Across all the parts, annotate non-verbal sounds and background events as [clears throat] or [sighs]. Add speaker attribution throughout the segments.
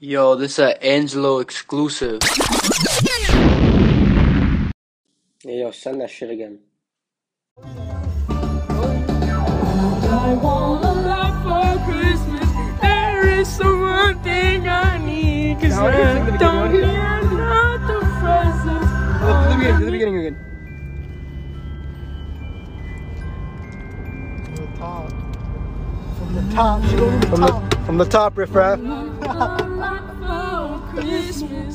Speaker 1: Yo, this a Angelo exclusive.
Speaker 2: Yeah, yo, send that shit again.
Speaker 3: I want a lot for Christmas. There is the one thing I need. Cause
Speaker 4: Now we can sing the
Speaker 3: I
Speaker 4: beginning,
Speaker 3: don't
Speaker 4: okay?
Speaker 3: need another present.
Speaker 4: Oh, to the beginning, to the beginning again.
Speaker 5: From the top. From the top. She go from
Speaker 4: From
Speaker 5: the
Speaker 4: the
Speaker 5: top.
Speaker 4: from the top, riff raff.
Speaker 3: A lot for Christmas.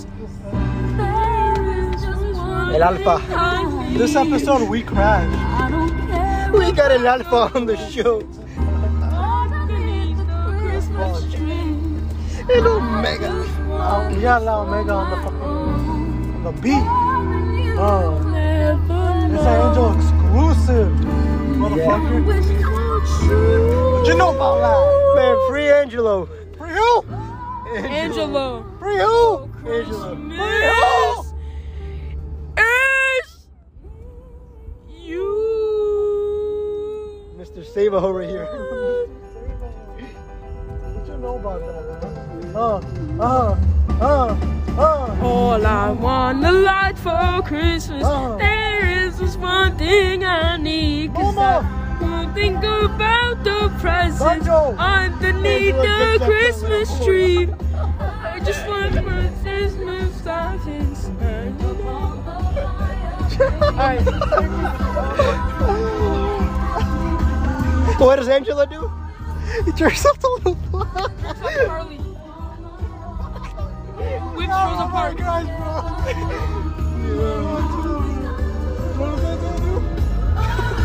Speaker 3: There is just one
Speaker 4: El Alfa.
Speaker 3: thing I need.
Speaker 5: This episode we crashed.
Speaker 3: I don't care
Speaker 4: We
Speaker 3: what
Speaker 4: got an alpha on the show.
Speaker 3: underneath the Christmas tree.
Speaker 4: An omega.
Speaker 3: Just one
Speaker 5: Oh, We got La Omega on the fucking
Speaker 3: home.
Speaker 5: on the beat.
Speaker 3: And you'll
Speaker 5: Oh.
Speaker 3: never
Speaker 5: It's
Speaker 3: know.
Speaker 5: an angel exclusive. Motherfucker.
Speaker 3: Without you.
Speaker 5: What you know about that?
Speaker 4: Man, free Angelo.
Speaker 5: For you?
Speaker 3: Angelo.
Speaker 4: Free who? Angelo.
Speaker 3: Christmas is you.
Speaker 4: Mr. Save-A-Ho right here.
Speaker 5: What you know about that, man? Uh, uh, uh, uh.
Speaker 3: All I want a lot for Christmas.
Speaker 5: Oh.
Speaker 3: There is just one thing I need. Cause I won't think about the presents
Speaker 5: Banjo.
Speaker 3: underneath
Speaker 5: Angela
Speaker 3: the
Speaker 5: picks up
Speaker 3: Christmas
Speaker 5: the-
Speaker 3: tree. I just want my Christmas stockings. Alright.
Speaker 4: What does Angela do? He turns up to little block.
Speaker 5: Oh,
Speaker 3: Carly. Whips from the
Speaker 5: [laughs]
Speaker 3: park.
Speaker 5: Guys, bro. You know what to do. What does that do?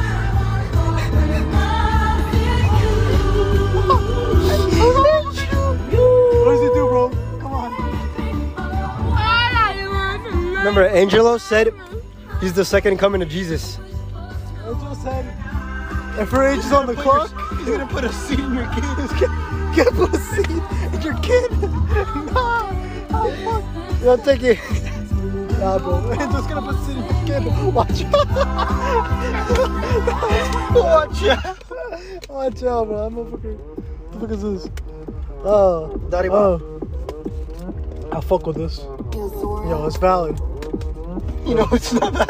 Speaker 5: What does he do, bro? Come on.
Speaker 4: Remember, Angelo said he's the second coming of Jesus.
Speaker 5: Angel said,
Speaker 4: And for ages on the clock,
Speaker 5: he's gonna put a seat in your
Speaker 4: [laughs]
Speaker 5: kid.
Speaker 4: can't put a seat in your kid. [laughs] nah. Oh, fuck. Yo, take it. Nah, bro.
Speaker 5: Angel's gonna put a seat in your kid.
Speaker 4: Watch out. [laughs] Watch out. Watch out, bro. I'm a fucking. What the fuck is this? Oh. Daddy, oh.
Speaker 5: I fuck with this.
Speaker 4: Yo, it's valid.
Speaker 5: You know, it's not [laughs] that.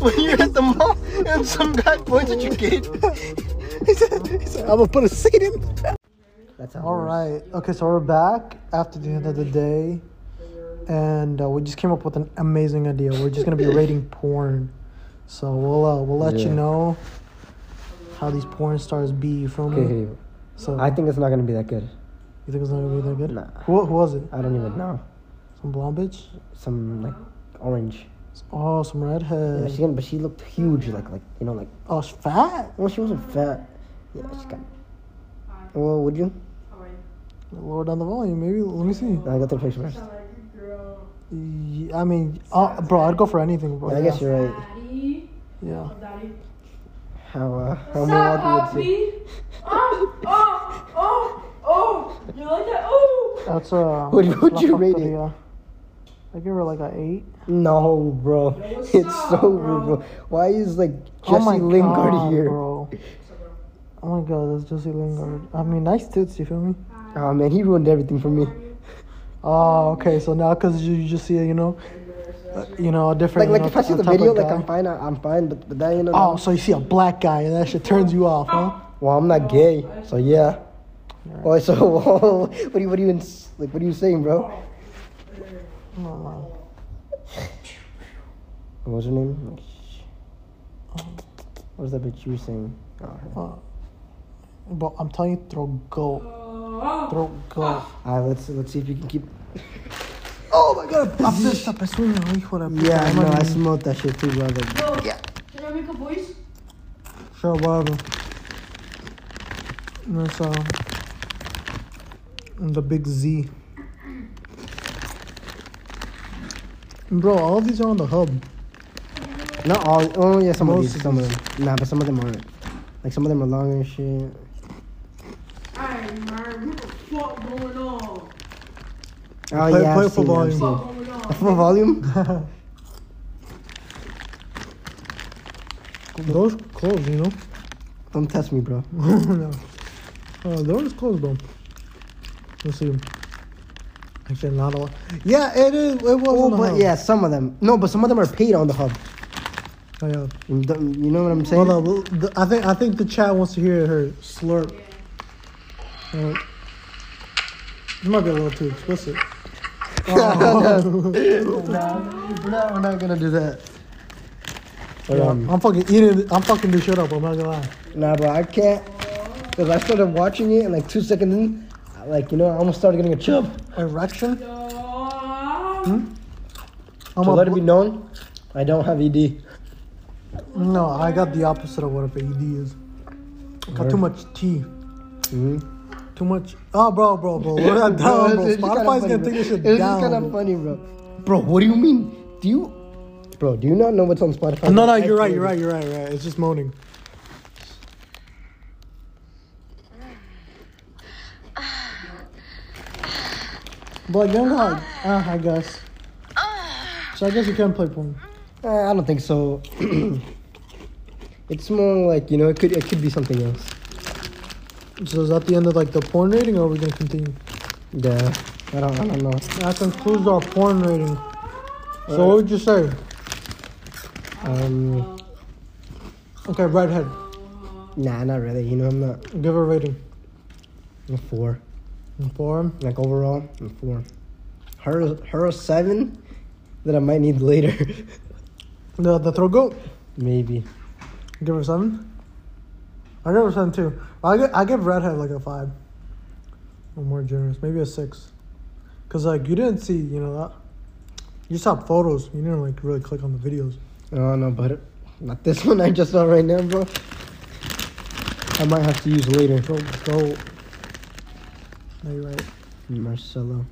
Speaker 5: when you're at the mall and some guy points at your kid.
Speaker 4: He said, he said, I'm gonna put a seat in.
Speaker 6: That's how.
Speaker 5: All right. Okay, so we're back after the end of the day, and uh, we just came up with an amazing idea. We're just
Speaker 6: [laughs]
Speaker 5: gonna be rating porn, so we'll uh, we'll let you
Speaker 6: Yeah.
Speaker 5: know how these porn stars be. You feel me?
Speaker 6: Okay, okay.
Speaker 5: So
Speaker 6: I think it's not gonna be that good.
Speaker 5: you think it's not gonna be that good?
Speaker 6: Nah.
Speaker 5: Who, who was it?
Speaker 6: I don't even know.
Speaker 5: Some blonde bitch?
Speaker 6: Some like orange.
Speaker 5: Oh, some
Speaker 6: Yeah,
Speaker 5: redhead.
Speaker 6: she but she looked huge. Like like you know like.
Speaker 5: Oh, she's fat.
Speaker 6: Well, she wasn't fat. Yeah, she got. Well, would you?
Speaker 5: Lower down the volume, maybe. Let me see.
Speaker 6: I got the picture first.
Speaker 5: Ye- I mean, uh, bro, I'd go for anything, bro.
Speaker 6: Yeah, I guess you're right.
Speaker 5: Yeah.
Speaker 6: How uh, how Milwaukee would say.
Speaker 3: Oh,
Speaker 5: That's uh.
Speaker 6: What- what'd
Speaker 5: La
Speaker 6: you rate
Speaker 5: Factoria.
Speaker 6: it?
Speaker 5: uh, I give her like a eight.
Speaker 6: No, bro. [laughs] It's so rude, bro. Why is like
Speaker 4: Oh
Speaker 6: Jesse Lingard
Speaker 5: Oh God,
Speaker 6: here?
Speaker 5: Bro. Oh my god, that's Jesse Lingard. I mean, nice tits, you feel me?
Speaker 6: Oh man, he ruined everything for me.
Speaker 5: Oh, okay, so now because you, you just see, you know, uh, you know, a
Speaker 6: Like
Speaker 5: different.
Speaker 6: like
Speaker 5: you know,
Speaker 6: if I see
Speaker 5: a
Speaker 6: the
Speaker 5: type of
Speaker 6: video, like
Speaker 5: guy.
Speaker 6: I'm fine, I- I'm fine. But but then you know.
Speaker 5: Oh, so you see a black guy and that shit turns you off, huh?
Speaker 6: Well, I'm not gay, so yeah. Oh, so [laughs] what are you what are you ins- like? What are you saying, bro?
Speaker 5: Oh,
Speaker 6: What was her name? Like, sh- What was that bitch you were saying? Oh, her.
Speaker 5: uh, Bro, I'm telling you, throw go, throw go.
Speaker 6: All right, let's let's see if you can keep.
Speaker 5: Oh my god, esta pezuña, hijo de puta.
Speaker 6: [laughs] Yeah, I know. I
Speaker 5: madre mía.
Speaker 6: smelled that shit too, bro. Like,
Speaker 3: Can I make a voice?
Speaker 5: Sure, whatever. That's uh, the big Z. Bro, all of these are on the hub.
Speaker 6: not all. Oh yeah, some of
Speaker 5: Most of
Speaker 6: these, some of them. Nah, but some of them aren't. Like some of them are long and shit.
Speaker 3: Alright, man, what the fuck going on?
Speaker 6: Oh
Speaker 5: Play-
Speaker 6: yeah,
Speaker 5: play
Speaker 6: I've
Speaker 5: full
Speaker 6: seen, I've [laughs]
Speaker 5: volume.
Speaker 6: seen.
Speaker 3: Going on.
Speaker 6: Full [laughs] volume.
Speaker 5: Door's closed, you know? [laughs]
Speaker 6: Don't test me, bro.
Speaker 5: no. Uh, door is closed, though. Let's see. Actually, not a lot. Yeah, it is. It was.
Speaker 6: Oh,
Speaker 5: on the
Speaker 6: but
Speaker 5: hub.
Speaker 6: yeah, some of them. No, but some of them are paid on the hub.
Speaker 5: Oh, yeah.
Speaker 6: You don't- you know what I'm saying? [laughs]
Speaker 5: Hold on. well, the- I think I think the chat wants to hear her slurp. Uh, This might be a little too explicit.
Speaker 6: [laughs] we're, not, we're not gonna do that. But,
Speaker 5: Yeah,
Speaker 6: um,
Speaker 5: I'm fucking eating. I'm fucking this shit up. I'm not gonna lie.
Speaker 6: Nah, bro, I can't. Cause I started watching it, and like two seconds in, I, like you know, I almost started getting a chub.
Speaker 5: Erection. Hmm? I'm
Speaker 6: So
Speaker 5: a
Speaker 6: let it
Speaker 5: bl-
Speaker 6: be known, I don't have E ED.
Speaker 5: no, I got the opposite of what a PED is. I got too much tea.
Speaker 6: Mm-hmm.
Speaker 5: Too much. Oh, bro, bro,
Speaker 6: [laughs]
Speaker 5: bro. We're not down, bro. Spotify's gonna take this shit
Speaker 6: It's
Speaker 5: down.
Speaker 6: kind of funny, bro. Bro, what do you mean? Do you, bro? Do you not know what's on Spotify?
Speaker 5: No, no, you're right, you're right, you're right, you're right. It's just moaning. But then, like, uh, I guess. So I guess you can play porn.
Speaker 6: Uh, I don't think so. [clears throat] it's more like you know, it could it could be something else.
Speaker 5: So is that the end of like the porn rating, or are we gonna continue?
Speaker 6: Yeah, I don't, I don't know.
Speaker 5: That concludes our porn rating. So what would you say?
Speaker 6: Um,
Speaker 5: Okay, redhead,
Speaker 6: nah, not really. You know, I'm not
Speaker 5: give her a rating.
Speaker 6: I'm a four.
Speaker 5: Four.
Speaker 6: Like overall, I'm a four. Her her a seven that I might need later. [laughs]
Speaker 5: The the throw goat.
Speaker 6: Maybe.
Speaker 5: Give her seven. I give her seven too. I give, I give redhead like a five. Or more generous, maybe a six. Cause like you didn't see, you know that. You saw photos. You didn't like really click on the videos.
Speaker 6: Oh no, but not this one I just saw right now, bro. I might have to use later.
Speaker 5: So let's go. No, you're right.
Speaker 6: Marcelo.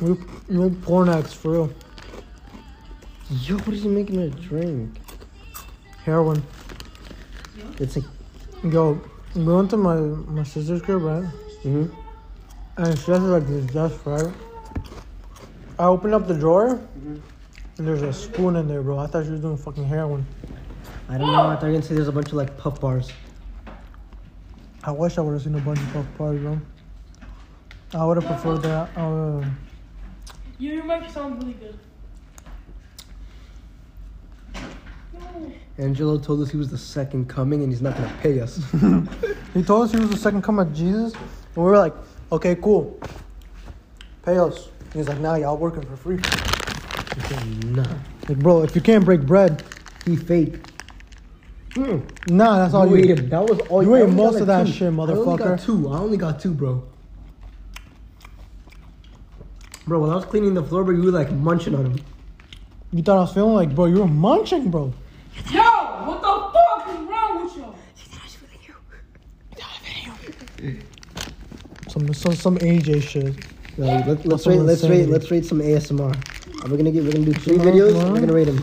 Speaker 5: We we porn acts for real.
Speaker 6: Yo, what is he making a drink?
Speaker 5: Heroin.
Speaker 6: It's like,
Speaker 5: Yo, we went to my my sister's crib, right?
Speaker 6: hmm
Speaker 5: And she has like this desk, right? I opened up the drawer, and there's a spoon in there, bro. I thought she was doing fucking heroin.
Speaker 6: I don't know. I thought you were gonna say there's a bunch of like puff bars.
Speaker 5: I wish I would have seen a bunch of puff bars, bro. I would have preferred that. Uh,
Speaker 3: You make sound really good.
Speaker 6: Angelo told us he was the second coming and he's not gonna pay [laughs] us.
Speaker 5: he told us he was the second coming of Jesus, and we were like, okay, cool. Pay us. He's like, nah, y'all working for free.
Speaker 6: nah,
Speaker 5: Like, bro, if you can't break bread,
Speaker 6: he fake. Hmm.
Speaker 5: nah, that's all
Speaker 6: you
Speaker 5: you,
Speaker 6: ate him. That was all
Speaker 5: You
Speaker 6: I
Speaker 5: ate
Speaker 6: only got,
Speaker 5: most of that
Speaker 6: two.
Speaker 5: shit,
Speaker 6: I only
Speaker 5: motherfucker.
Speaker 6: got two. I only got two, bro. Bro, while I was cleaning the floor, bro, you were like munching on him.
Speaker 5: You thought I was feeling like, bro, you were munching, bro.
Speaker 3: Yo, what the fuck is wrong with y'all?
Speaker 5: Some some some AJ shit.
Speaker 6: Yo, let, let's
Speaker 5: That's
Speaker 6: rate.
Speaker 5: all
Speaker 6: Let's
Speaker 5: insanity.
Speaker 6: rate. Let's rate some ASMR. Uh, We're gonna get. We're gonna do three
Speaker 5: Come on,
Speaker 6: videos.
Speaker 5: come on.
Speaker 6: We're gonna rate them.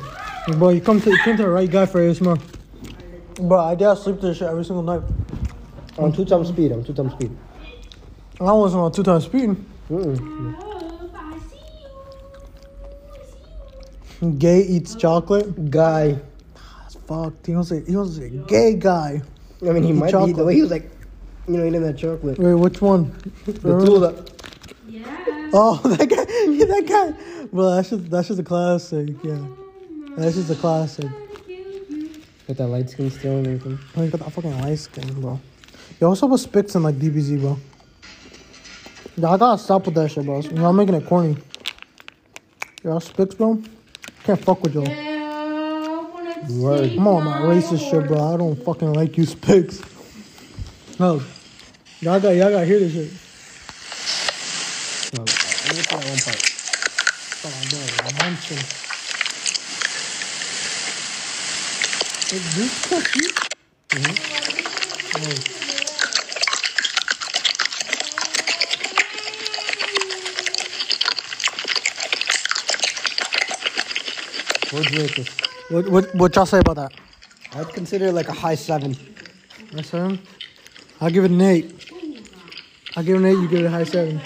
Speaker 5: Bro, you come to you came to the right guy for ASMR. Bro, I did I sleep to this shit every single night.
Speaker 6: On Oh, two times speed. On two times speed.
Speaker 5: And I wasn't on two times speed.
Speaker 6: Mm-mm.
Speaker 5: Gay eats chocolate. Ah,
Speaker 6: Guy.
Speaker 5: Fucked. He was a he was a gay guy.
Speaker 6: I mean, he
Speaker 5: Eat
Speaker 6: might. Be, the
Speaker 5: chocolate.
Speaker 6: way he was like, you know, eating that chocolate.
Speaker 5: Wait, which one?
Speaker 6: The two of the.
Speaker 5: Oh, [laughs] that guy. Yeah, that guy. Bro, that's just that's just a classic. Yeah, that's just a classic.
Speaker 6: With that light skin still and everything.
Speaker 5: Oh, you got that fucking light skin, bro. Yo, what's up with spits and like DBZ, bro? Yo, I gotta stop with that shit, bro. Y'all making it corny. Y'all spits, bro. Can't fuck with y'all.
Speaker 3: Word.
Speaker 5: Come on, my racist shit, bro. I don't fucking like you spics. No. Y'all got, y'all got to hear this shit.
Speaker 6: No, I only put that one part.
Speaker 5: Oh, bro, I'm munching. Is this cookie?
Speaker 6: Word racist.
Speaker 5: What, what, what y'all say about that?
Speaker 6: I'd consider it like a high seven.
Speaker 5: High seven? I give it an eight. I give it an eight, you give it a high seven.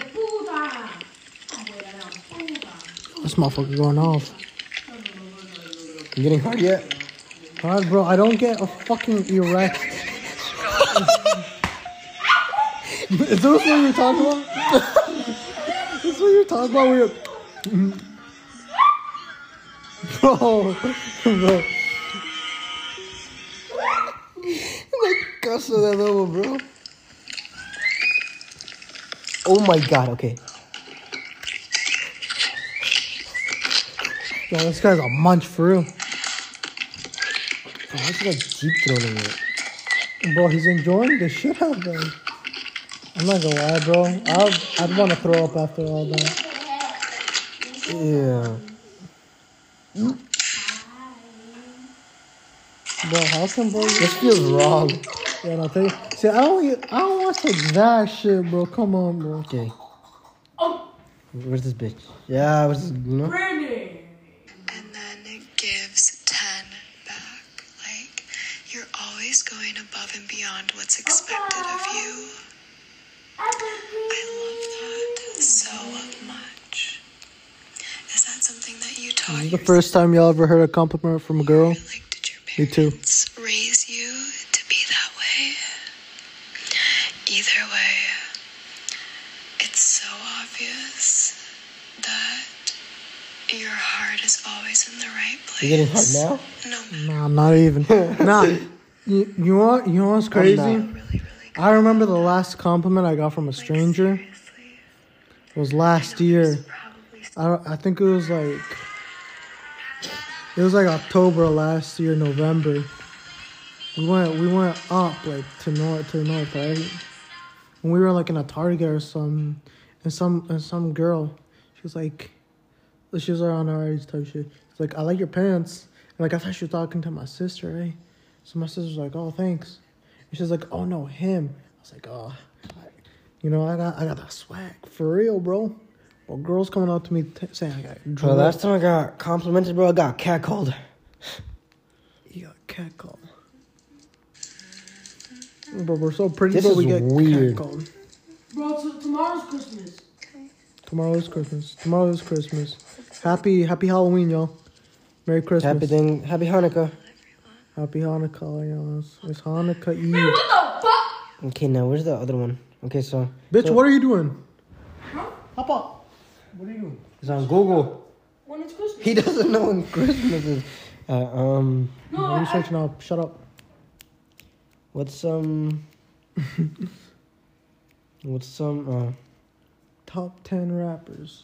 Speaker 5: This motherfucker going off.
Speaker 6: You getting hard yet?
Speaker 5: God, bro, I don't get a fucking erect.
Speaker 6: [laughs]
Speaker 5: Is this what you were talking about? [laughs]
Speaker 6: That's
Speaker 5: what you're talking about. We're bro, bro.
Speaker 6: cuss on that level, bro. Oh my god, okay.
Speaker 5: Yo, this guy's a munch for real,
Speaker 6: Why is he like deep throating it?
Speaker 5: bro. He's enjoying the shit out of it. I'm not gonna lie, bro. I'd I'd want to throw up after all that.
Speaker 6: Yeah.
Speaker 5: Bro, how come, bro? you-
Speaker 6: This feels wrong.
Speaker 5: Yeah, no, thank you. See, I don't, e- I don't watch like that shit, bro. Come on, bro.
Speaker 6: Okay. Where's this bitch? Yeah, where's this, you know?
Speaker 7: And then it gives 10 back. Like, you're always going above and beyond what's expected of you. I love that so much. Is that something that you taught
Speaker 5: This is
Speaker 7: your
Speaker 5: the first time y'all ever heard a compliment from a girl.
Speaker 7: Like, did your
Speaker 5: Me too.
Speaker 7: parents raise you to be that way? Either way, it's so obvious that your heart is always in the right place.
Speaker 6: You're getting hard now?
Speaker 7: No
Speaker 5: Nah, I'm not [laughs] even. nah, you, you want, you know what's crazy?
Speaker 7: really, really
Speaker 5: I remember the last compliment I got from a stranger
Speaker 7: seriously.
Speaker 5: was last year.
Speaker 7: Probably
Speaker 5: I, don't- I think it was like it was like October last year, November. We went we went up like to north to north, right? And we were like in a Target or some, and some and some girl, she was like, she was around our age type shit. She's like, I like your pants. And like I thought she was talking to my sister, right? So my sister's like, oh thanks. And she's like, oh no, him. I was like, oh, I- you know, I got I got that swag for real, bro. Well, girls coming up to me t- saying I got
Speaker 6: Bro,
Speaker 5: drill.
Speaker 6: last time I got complimented, bro, I got catcalled.
Speaker 5: You got catcalled. Bro, we're so pretty,
Speaker 6: This
Speaker 5: but
Speaker 6: is
Speaker 5: we get
Speaker 6: weird.
Speaker 5: catcalled.
Speaker 3: Bro, t- tomorrow's Christmas.
Speaker 5: Tomorrow is Christmas. Tomorrow is Christmas. Happy Happy Halloween, y'all. Merry Christmas.
Speaker 6: Happy thing. Happy Hanukkah.
Speaker 5: Happy Hanukkah, y'all. It's, it's Hanukkah Eve.
Speaker 3: What the fuck?
Speaker 6: Okay, now where's the other one? Okay, so
Speaker 5: Bitch,
Speaker 6: so
Speaker 5: what are you doing? Hop up. What are you doing?
Speaker 6: it's on Google.
Speaker 3: When it's Christmas.
Speaker 6: He doesn't know when Christmas is. Uh, um,
Speaker 3: No,
Speaker 5: Are you
Speaker 3: I,
Speaker 5: searching up? Shut up.
Speaker 6: what's um, [laughs] what's some uh,
Speaker 5: Top 10 rappers.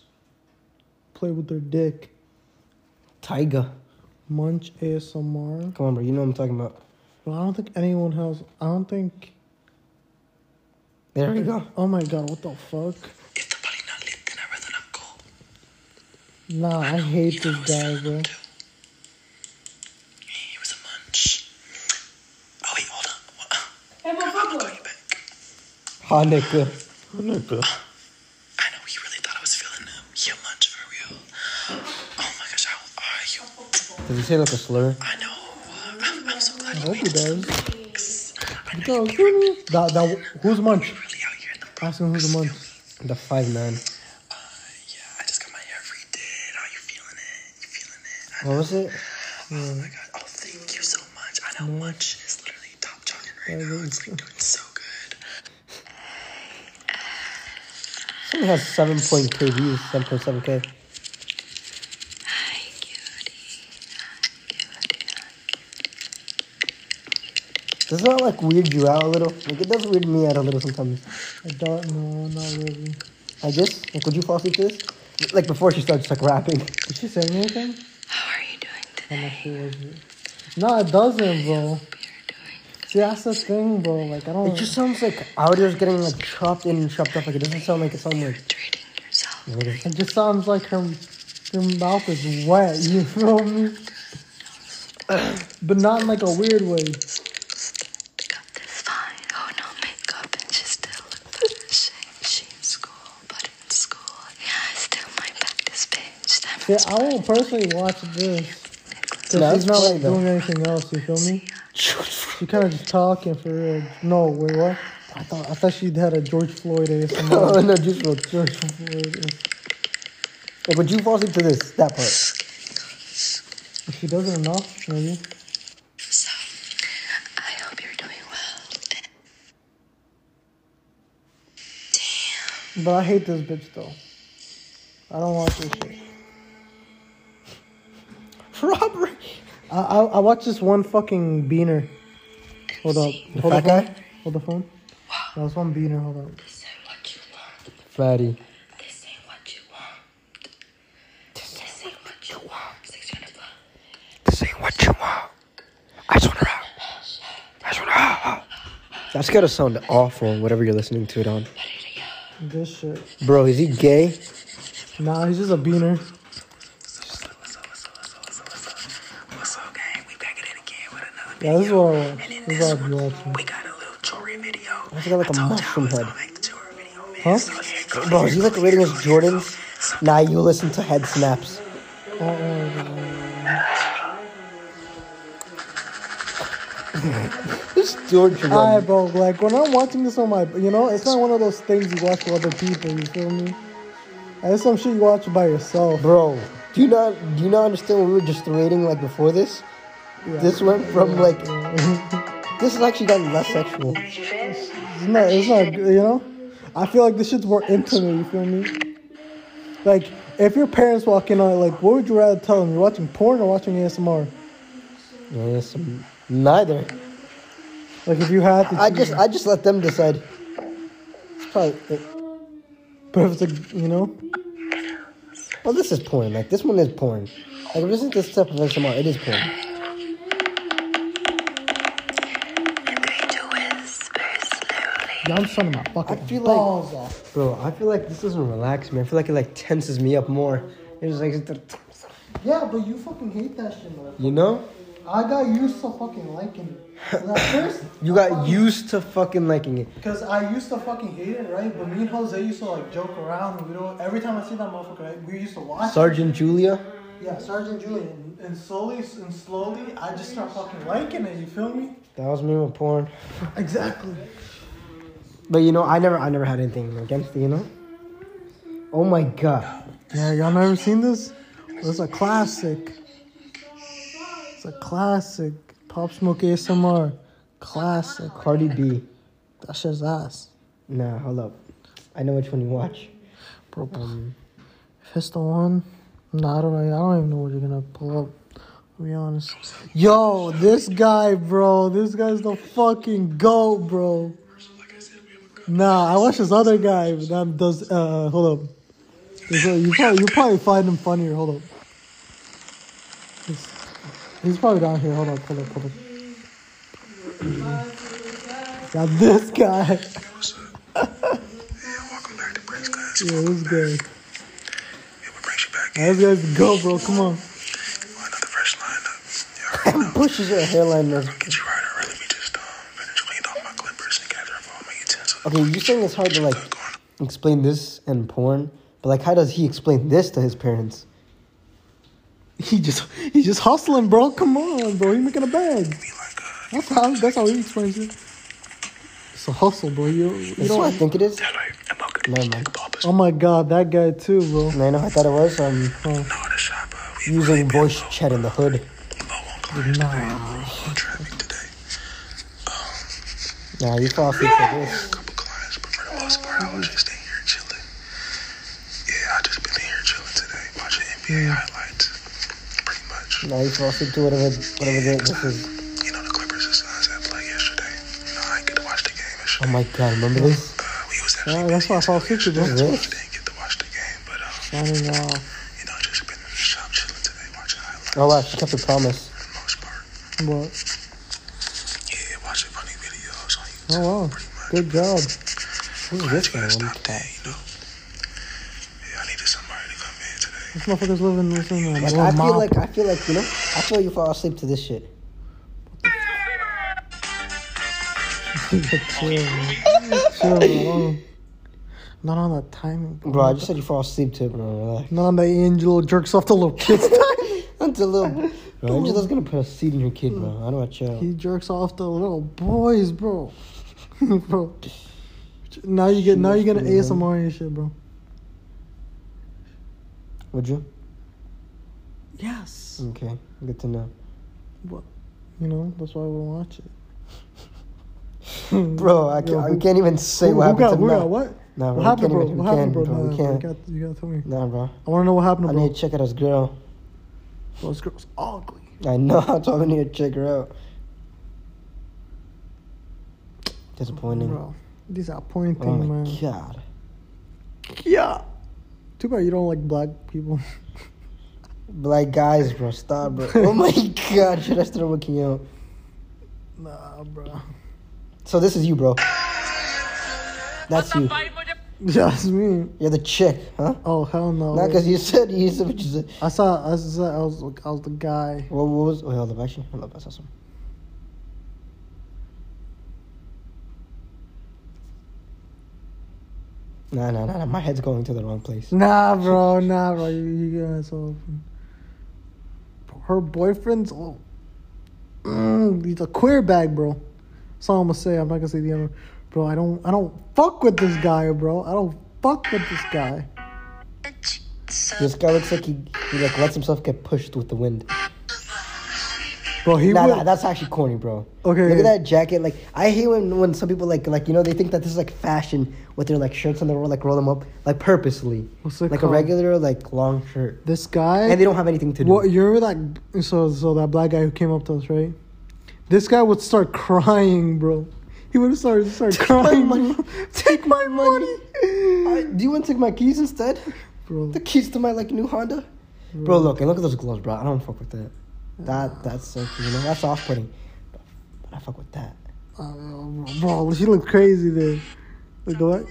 Speaker 5: Play with their dick.
Speaker 6: Tyga?
Speaker 5: Munch ASMR.
Speaker 6: Come on, bro, you know what I'm talking about.
Speaker 5: Well, I don't think anyone has. I don't think.
Speaker 6: There we go.
Speaker 5: Oh my god, what the fuck? Nah, I hate this guy, bro.
Speaker 7: He was a munch. Oh, wait, hold on. What- uh,
Speaker 3: hey, motherfucker.
Speaker 6: Hanukkah.
Speaker 7: I know he really thought I was feeling him. He a munch for real. Oh my gosh, how are you?
Speaker 6: Does he say like a slur?
Speaker 7: I know. I'm, I'm so glad
Speaker 5: I
Speaker 7: you
Speaker 5: hope he does.
Speaker 7: I
Speaker 5: Yo,
Speaker 7: know
Speaker 5: that, that, who's Munch?
Speaker 7: really out here in the
Speaker 5: Ask him who's the Munch.
Speaker 6: The five nine.
Speaker 7: Yeah, I just got my hair redid. How you feeling it? You feeling it? I
Speaker 6: What was it?
Speaker 7: Oh my god. Oh, thank you so much. I know Munch is literally top jogging right now. It's like doing so good.
Speaker 6: Something has seven point k views. Seven point seven k.
Speaker 7: Hi, cutie.
Speaker 6: Does that like weird you out a little? Like it does weird me out a little sometimes.
Speaker 5: I don't know, not really.
Speaker 6: Like this? Like would you fall asleep to this? Like before she starts like rapping.
Speaker 5: Did she say anything?
Speaker 7: How are you doing today?
Speaker 5: How much was it? No, it doesn't, bro. See, that's the thing, bro. Like, I
Speaker 6: It
Speaker 5: don't.
Speaker 6: just sounds like audio's getting like chopped in and chopped off. Like it doesn't sound like it's on like.
Speaker 7: Treating yourself.
Speaker 5: It just sounds like her, her mouth is wet, [laughs] you feel me? but not in like a weird way.
Speaker 7: Makeup is fine. Oh no, makeup and she still looks fine. She's in school, but in school, yeah, it's still my practice page. That
Speaker 5: See, I won't personally watch this.
Speaker 6: No,
Speaker 5: Cause she's
Speaker 6: it's
Speaker 5: not
Speaker 6: fine,
Speaker 5: like
Speaker 6: though.
Speaker 5: doing anything else, you feel me? She kind of just talking for real. No, wait, what? I thought I thought she had a George Floyd ASMR.
Speaker 6: Oh [laughs] no, just look.
Speaker 5: George Floyd. is-
Speaker 6: Like would you fall asleep to this? That part.
Speaker 5: If she does it enough, maybe.
Speaker 7: So, I hope you're doing well.
Speaker 5: But I hate this bitch though.
Speaker 6: I don't watch this [laughs] shit.
Speaker 5: Robert. I, I I watched this one fucking beaner. Hold up.
Speaker 6: The
Speaker 5: Hold
Speaker 6: fat
Speaker 5: the phone.
Speaker 6: guy?
Speaker 5: Hold the phone. That was one beaner. Hold up.
Speaker 7: This ain't what you want.
Speaker 6: Fatty.
Speaker 7: This ain't what you want. This ain't what you want. 600 bucks.
Speaker 6: That's gotta sound awful, whatever you're listening to it on.
Speaker 5: This shit.
Speaker 6: Bro, is he gay?
Speaker 5: Nah, he's just a beaner.
Speaker 8: What's up, gang? We back at it again with another
Speaker 5: Yeah, this is what I
Speaker 8: And in
Speaker 5: watch. This
Speaker 8: this
Speaker 5: is what I be
Speaker 8: one,
Speaker 5: watching.
Speaker 8: we got a little jewelry video.
Speaker 6: He's got like a mushroom head.
Speaker 8: Like the jewelry video, man.
Speaker 6: Huh?
Speaker 8: So, yeah, go
Speaker 6: Bro, is he like rating his Jordans? Nah, you listen to head snaps. Oh. Who's George
Speaker 5: Alright,
Speaker 6: one?
Speaker 5: bro. Like when I'm watching this on my, you know, it's not one of those things you watch with other people. You feel me? And it's some shit you watch by yourself.
Speaker 6: Bro, do you not do you not understand what we were just rating like before this? This went from like this has actually gotten less sexual.
Speaker 5: It's not. It's not. You know. I feel like this shit's more intimate. You feel me? Like if your parents walk in on it, like what would you rather tell them? You're watching porn or watching ASMR?
Speaker 6: Yeah, some, neither.
Speaker 5: Like if you had to,
Speaker 6: I
Speaker 5: choose.
Speaker 6: just I just let them decide. It's probably it.
Speaker 5: But if it's a, you know,
Speaker 6: Well, this is porn. Like this one is porn. Like it isn't this type of ASMR. It is porn.
Speaker 7: They do it very slowly.
Speaker 5: yeah, I'm sunning my
Speaker 6: I
Speaker 5: fucking
Speaker 6: feel
Speaker 5: balls
Speaker 6: like,
Speaker 5: off.
Speaker 6: bro, I feel like this doesn't relax me. I feel like it like tenses me up more. It's like,
Speaker 5: Yeah, but you fucking hate that shit, man.
Speaker 6: you know,
Speaker 5: I got used to fucking liking it. 'Cause At first,
Speaker 6: [laughs] you got used to fucking liking it.
Speaker 5: Cause I used to fucking hate it, right? But me and Jose used to like joke around. We don't. Every time I see that motherfucker, right, we used to watch. it.
Speaker 6: Sergeant Julia.
Speaker 5: Yeah, Sergeant Julian. And slowly and slowly, I just start fucking liking it. You feel me?
Speaker 6: That was me with porn.
Speaker 5: Exactly.
Speaker 6: But you know, I never, I never had anything against it. You know. Oh my god.
Speaker 5: Yeah, y'all never seen this? It's a classic. It's a classic. Pop Smoke ASMR. Classic.
Speaker 6: Cardi B.
Speaker 5: That shit's ass.
Speaker 6: Nah, hold up. I know which one you watch.
Speaker 5: Bro, if it's the one, no, I don't know. I don't even know what you're gonna pull up. To be honest, yo, this guy, bro, this guy's the fucking goat, bro. Nah, I watch this other guy that does. Uh, hold up, There's a- you probably you probably find him funnier. Hold up, he's, he's probably down here. Hold up, hold up, hold up. Now this guy, [laughs]
Speaker 8: What's up? Yeah, welcome back to Brace Class.
Speaker 5: yeah, this guy,
Speaker 8: Yeah, we brings you back in
Speaker 5: Now this guy's the goat, bro. Come on.
Speaker 8: with another fresh lineup. Yeah, all right, now,
Speaker 6: Pushes her hairline. Is,
Speaker 8: get you right early. We just um, finished cleaned off my clippers and gathered up all my utensils.
Speaker 6: okay, you saying it's hard to like explain this and porn, but like, how does he explain this to his parents?
Speaker 5: He just he just hustling, bro. Come on, bro. He making a bag.
Speaker 8: Be like, uh,
Speaker 5: That's how that's how he explains it. It's a hustle, bro. You, you
Speaker 6: That's what I
Speaker 5: don't.
Speaker 6: think it is.
Speaker 8: hello, and welcome to
Speaker 6: Never
Speaker 8: Hashtag
Speaker 6: mind.
Speaker 8: Papa's
Speaker 5: Oh my god, that guy too, bro.
Speaker 6: And I know I thought it was. so I'm
Speaker 8: Corner Shop. Uh, we really
Speaker 6: using
Speaker 8: been
Speaker 6: voice chat in the hood.
Speaker 8: low on clients, low uh, on traffic today.
Speaker 6: Nah, you fall asleep for this.
Speaker 8: couple clients, but for the most part, I was just in here chilling. Yeah, I just been in here chilling today, watching NBA
Speaker 6: Mm.
Speaker 8: highlights, pretty much.
Speaker 6: Nah, you fall asleep to whatever whatever the, this is.
Speaker 8: You know, the Clippers and Suns had played yesterday. You know, I didn't get to watch the game and shit.
Speaker 6: Oh my god, remember this?
Speaker 8: Uh, we was
Speaker 5: Yeah,
Speaker 8: actually
Speaker 5: that's why I saw picture, bro.
Speaker 8: busy, so I didn't get to watch the game, but um,
Speaker 5: Running off,
Speaker 8: you know, just been in the shop chilling today, watching highlights
Speaker 6: Oh wow, she kept her promise.
Speaker 8: for the most part.
Speaker 5: bro.
Speaker 8: Yeah, watching funny videos on YouTube.
Speaker 5: Oh wow,
Speaker 8: pretty much.
Speaker 5: good job.
Speaker 6: Who's
Speaker 8: Clients
Speaker 6: this guy?
Speaker 8: gotta
Speaker 6: Let me
Speaker 8: stop that, you know. Yeah, I needed somebody to come in today.
Speaker 5: This motherfucker's living with him.
Speaker 6: Like I feel like I feel like you know I feel you fall asleep to this shit. [laughs]
Speaker 5: chill, bro. Not on that timing, bro.
Speaker 6: Bro, I just said you fall asleep to it, bro. Relax. [laughs]
Speaker 5: Not on that Angelo jerks off the little kids time.
Speaker 6: That's a little. Bro, Angela's gonna put a seed in your kid, bro. I know what you.
Speaker 5: He jerks off the little boys, bro. [laughs] bro. Now you get now you gonna ASMR and shit, bro.
Speaker 6: Would you?
Speaker 5: Yes.
Speaker 6: Okay, good to know.
Speaker 5: Mm. You know, that's why we watch it.
Speaker 6: Bro, I can't,
Speaker 5: Yo,
Speaker 6: I
Speaker 5: who-
Speaker 6: can't even say
Speaker 5: who,
Speaker 6: what
Speaker 5: who
Speaker 6: happened
Speaker 5: got,
Speaker 6: to
Speaker 5: who
Speaker 6: Matt.
Speaker 5: got what?
Speaker 6: Nah, bro.
Speaker 5: What happened,
Speaker 6: we
Speaker 5: bro?
Speaker 6: can't even-
Speaker 5: What happened,
Speaker 6: we
Speaker 5: bro?
Speaker 6: can't, bro.
Speaker 5: No, no,
Speaker 6: We
Speaker 5: no, you
Speaker 6: can't.
Speaker 5: got you got to tell me.
Speaker 6: Nah, bro.
Speaker 5: I want to know what happened,
Speaker 6: I
Speaker 5: bro.
Speaker 6: need to check out his girl.
Speaker 5: Those girls ugly.
Speaker 6: I know. [laughs] That's why I need to check her out. Disappointing.
Speaker 5: Bro, disappointing,
Speaker 6: oh my
Speaker 5: man.
Speaker 6: god.
Speaker 5: Yeah. Too bad you don't like black people. [laughs]
Speaker 6: Black guys, bro. Stop, bro. oh my god. Should I start working out?
Speaker 5: nah, bro. [laughs]
Speaker 6: So this is you, bro. That's you.
Speaker 5: That's me.
Speaker 6: You're the chick, huh?
Speaker 5: Oh hell no.
Speaker 6: Not because you said you said what you said.
Speaker 5: I saw. I saw. I was. I was the guy.
Speaker 6: What, what was? oh, Wait, hold up. Actually, hold up. I saw something. Nah, nah, nah, nah. My head's going to the wrong place.
Speaker 5: Nah, bro. Nah, bro. You, you guys all. Her boyfriend's. Oh, mm, he's a queer bag, bro. That's all I'm gonna say. I'm not gonna say the other. Bro, I don't. I don't fuck with this guy, bro. I don't fuck with this guy.
Speaker 6: This guy looks like he, he like lets himself get pushed with the wind.
Speaker 5: Bro, he.
Speaker 6: Nah,
Speaker 5: would-
Speaker 6: nah, that's actually corny, bro.
Speaker 5: Okay.
Speaker 6: Look at that jacket. Like, I hate when, when some people like like you know they think that this is like fashion with their like shirts and they roll like roll them up like purposely,
Speaker 5: What's it
Speaker 6: like
Speaker 5: called?
Speaker 6: a regular like long shirt,
Speaker 5: This guy.
Speaker 6: and they don't have anything to do.
Speaker 5: What you remember that so so that black guy who came up to us, right? This guy would start [laughs] crying, bro. He would start start crying.
Speaker 6: money.
Speaker 5: bro. Take my money,
Speaker 6: I- do you want to take my keys instead?
Speaker 5: bro.
Speaker 6: The keys to my like new Honda. Bro, look and look at those gloves, bro. I don't fuck with that. That that's so you know that's off putting. But I fuck with that.
Speaker 5: Uh, bro, she looked crazy there. Look what?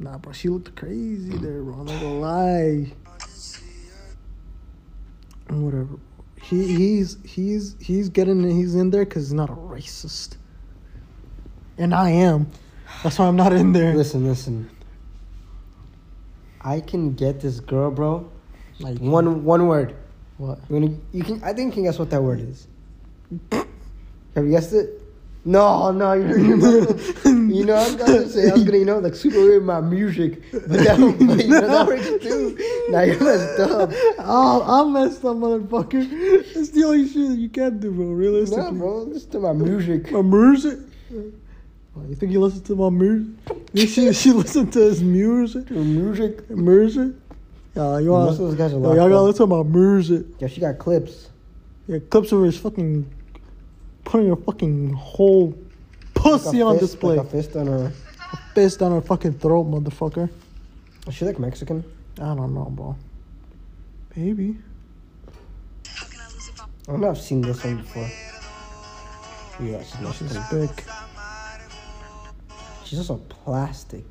Speaker 5: Nah, bro, she looked crazy there, bro. I'm not gonna lie. Whatever. He he's he's he's getting he's in there because he's not a racist, and I am. That's why I'm not in there.
Speaker 6: Listen, listen. I can get this girl, bro.
Speaker 5: Like [laughs]
Speaker 6: One one word.
Speaker 5: what?
Speaker 6: You, wanna, you can. I think you can guess what that word is. [coughs] Have you guessed it? No, no. You're, you're not- you know, I was gonna say I was gonna, you know, like super weird my music, but [laughs] that, but you know, that works too. Now you're messed up.
Speaker 5: Oh, I messed up, motherfucker. [laughs] It's the only shit you can do, bro. Realistically,
Speaker 6: Nah, bro, listen to my music.
Speaker 5: My music. What, you think you listen to my music? You she, she listen to his music?
Speaker 6: Your music.
Speaker 5: Music? Yeah, you all
Speaker 6: Most of those guys are
Speaker 5: Yo,
Speaker 6: locked
Speaker 5: y'all gotta
Speaker 6: up.
Speaker 5: listen to my music.
Speaker 6: Yeah, she got clips.
Speaker 5: Yeah, clips of his fucking putting your fucking whole
Speaker 6: Like a
Speaker 5: pussy on
Speaker 6: fist-
Speaker 5: display.
Speaker 6: Like a fist on her.
Speaker 5: Fist down her fucking throat, motherfucker.
Speaker 6: Is she like Mexican?
Speaker 5: I don't know, bro. Baby.
Speaker 6: I don't know. I've seen this one before. Yeah, she's
Speaker 5: She's
Speaker 6: Mexican.
Speaker 5: big.
Speaker 6: She's also plastic.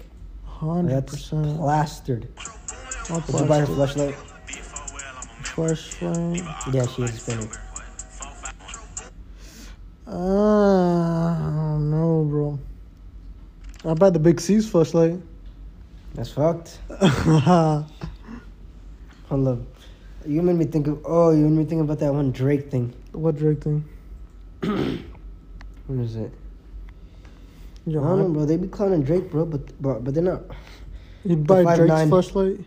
Speaker 5: Hundred
Speaker 6: That's
Speaker 5: percent.
Speaker 6: plastered. Did you buy her
Speaker 5: Flashlight.
Speaker 6: flashlight?
Speaker 5: Flashlight.
Speaker 6: Yeah, she is Hispanic.
Speaker 5: Uh, Ah, I don't know, bro. I bet the big C's [laughs] flashlight.
Speaker 6: That's fucked.
Speaker 5: Nah,
Speaker 6: Hold up. You made me think of oh, you made me think about that one Drake thing.
Speaker 5: what Drake thing?
Speaker 6: What is it?
Speaker 5: Yo,
Speaker 6: I don't know, bro. They be clowning Drake, bro, but but, but they're not.
Speaker 5: You buy
Speaker 6: five
Speaker 5: Drake's
Speaker 6: nine.
Speaker 5: flashlight?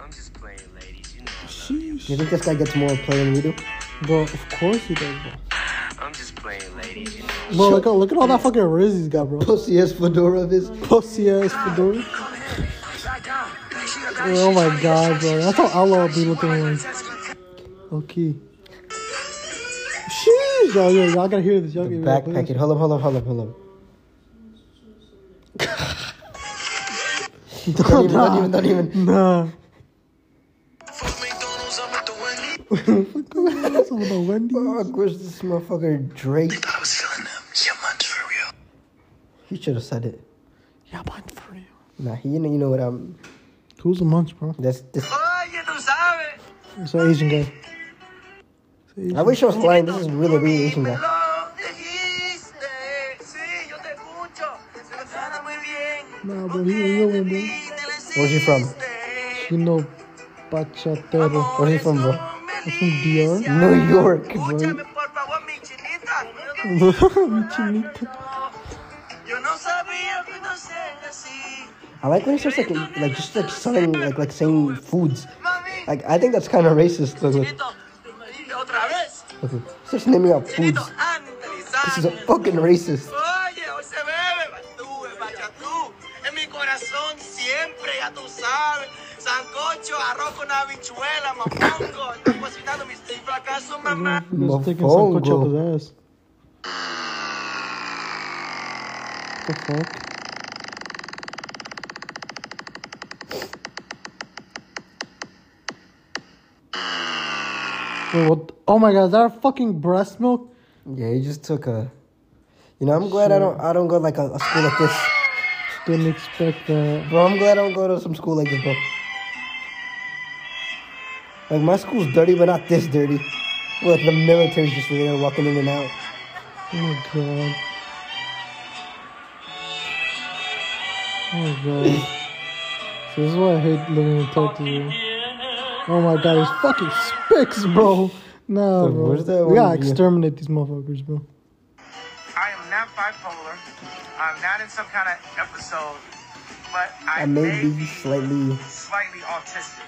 Speaker 9: I'm just playing, ladies. You know,
Speaker 6: Do you think this guy gets more play than we do?
Speaker 5: Bro, of course he does, bro.
Speaker 9: I'm just playing, ladies. You know.
Speaker 5: Bro, look, at- look at all that fucking rizz he's got, bro.
Speaker 6: Pussy ass fedora of his.
Speaker 5: Pussy ass fedora. Oh my god, bro. That's how outlaw be looking like. Okay. Sheesh, yo, yo, y'all gotta hear this. Y'all gotta hear this.
Speaker 6: Backpack it. Hold up, hold up, hold up, hold up. [laughs] don't, even, don't even, don't even.
Speaker 5: [laughs] Nah. That's all about Wendy.
Speaker 6: Oh, of course, this motherfucker Drake.
Speaker 8: I was feeling them. Yeah, man, for real.
Speaker 6: He should have said it.
Speaker 5: Yeah, but for real.
Speaker 6: Nah, he, you know, you know what I'm.
Speaker 5: Who's the munch, bro?
Speaker 6: That's this.
Speaker 5: It's an Asian guy. It's an
Speaker 6: I
Speaker 5: Asian-
Speaker 6: wish I was lying. This is really really Asian guy.
Speaker 5: Nah, bro, he a real one, bro.
Speaker 6: Where's he from?
Speaker 5: You know, Bachatero.
Speaker 6: Where's he from, bro?
Speaker 5: That's from DR.
Speaker 6: New York, bro. I like when he starts like like just like selling like like saying foods. Like I think that's kind of racist. Look, look, look, look. starts naming out foods. This is a fucking racist.
Speaker 9: sal, sancocho, arroz con habichuela, mamongo. Estoy cocinando mis estoy fracaso, mamá.
Speaker 5: Just taking some coach up his
Speaker 6: Mofongo.
Speaker 5: ass. The fuck? Wait, what? Oh my god, is that fucking breast milk?
Speaker 6: Yeah, you just took a. You know, I'm glad I don't I don't go like a, a school like this,
Speaker 5: Didn't expect that.
Speaker 6: bro. I'm glad I don't go to some school like this, bro. Like my school's dirty, but not this dirty. Like the military's just there walking in and out.
Speaker 5: Oh my god. Oh my god. So this is why I hate living in Tokyo. Oh my god, there's fucking spics, bro. Nah,
Speaker 6: Dude,
Speaker 5: bro.
Speaker 6: where's that
Speaker 5: we
Speaker 6: one
Speaker 5: gotta
Speaker 6: video?
Speaker 5: exterminate these motherfuckers, bro.
Speaker 9: I am not bipolar. I'm not in some kind of episode, but I,
Speaker 6: I may be slightly.
Speaker 9: slightly autistic.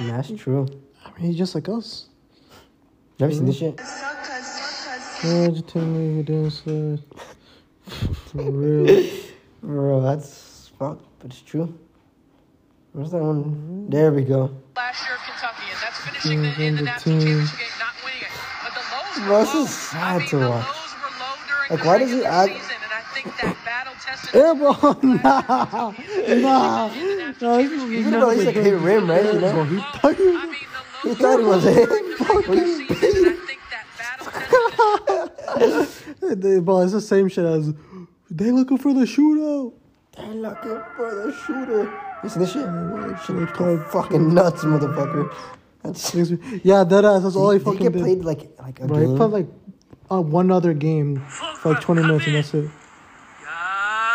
Speaker 6: That's true.
Speaker 5: I mean, he's just like us.
Speaker 6: Never seen this shit.
Speaker 5: Yeah, just tell me you doing slide. For [laughs] real.
Speaker 6: Bro, that's fucked, but it's true. Where's that one? There we go.
Speaker 3: Last year of Kentucky, and that's finishing the, in the
Speaker 5: Mhm,
Speaker 3: national
Speaker 5: too.
Speaker 3: championship game, not winning it. But the lows were
Speaker 6: Bro, this
Speaker 3: low.
Speaker 6: is
Speaker 3: I
Speaker 6: sad
Speaker 3: mean,
Speaker 6: to
Speaker 3: the
Speaker 6: watch.
Speaker 3: lows were low during
Speaker 6: Like,
Speaker 3: the
Speaker 6: why does he
Speaker 3: regular
Speaker 6: add- [laughs]
Speaker 3: season, and I think that battle tested
Speaker 5: yeah, bro. Nah. Nah. Nah, this is
Speaker 6: Even though he's like hit rim, right? You
Speaker 5: Bro,
Speaker 6: know?
Speaker 5: he
Speaker 3: low.
Speaker 5: thought he
Speaker 3: I
Speaker 5: was-
Speaker 3: mean, the
Speaker 6: [laughs] He
Speaker 3: lows
Speaker 6: thought it was him. [laughs]
Speaker 3: were regular season, and I think that battle tested
Speaker 5: They- Bro, it's the same shit as they looking for the shootout.
Speaker 6: They're looking for the shooter. You see this shit? Shit,
Speaker 5: They
Speaker 6: go
Speaker 5: called-
Speaker 6: fucking nuts, motherfucker. That's
Speaker 5: Excuse me. Yeah, that ass. That's all he
Speaker 6: Did
Speaker 5: fucking
Speaker 6: get
Speaker 5: did.
Speaker 6: played like like a
Speaker 5: Bro, he
Speaker 6: game?
Speaker 5: played like uh, one other game for like 20 minutes, and that's it.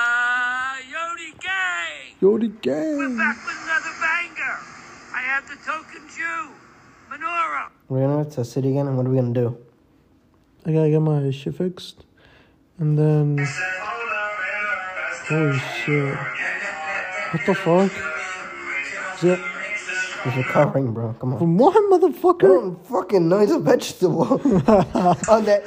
Speaker 9: Coyote Gang!
Speaker 5: Yo, the game.
Speaker 9: Back with another banger! I have the token Jew, Menorah!
Speaker 6: We're gonna have to city again, and what are we gonna do?
Speaker 5: I gotta get my shit fixed, and then holy shit, what the fuck? Yeah,
Speaker 6: He's recovering, bro. Come on.
Speaker 5: from what, motherfucker? [laughs]
Speaker 6: Bro, fucking no, he's a vegetable. [laughs] On that,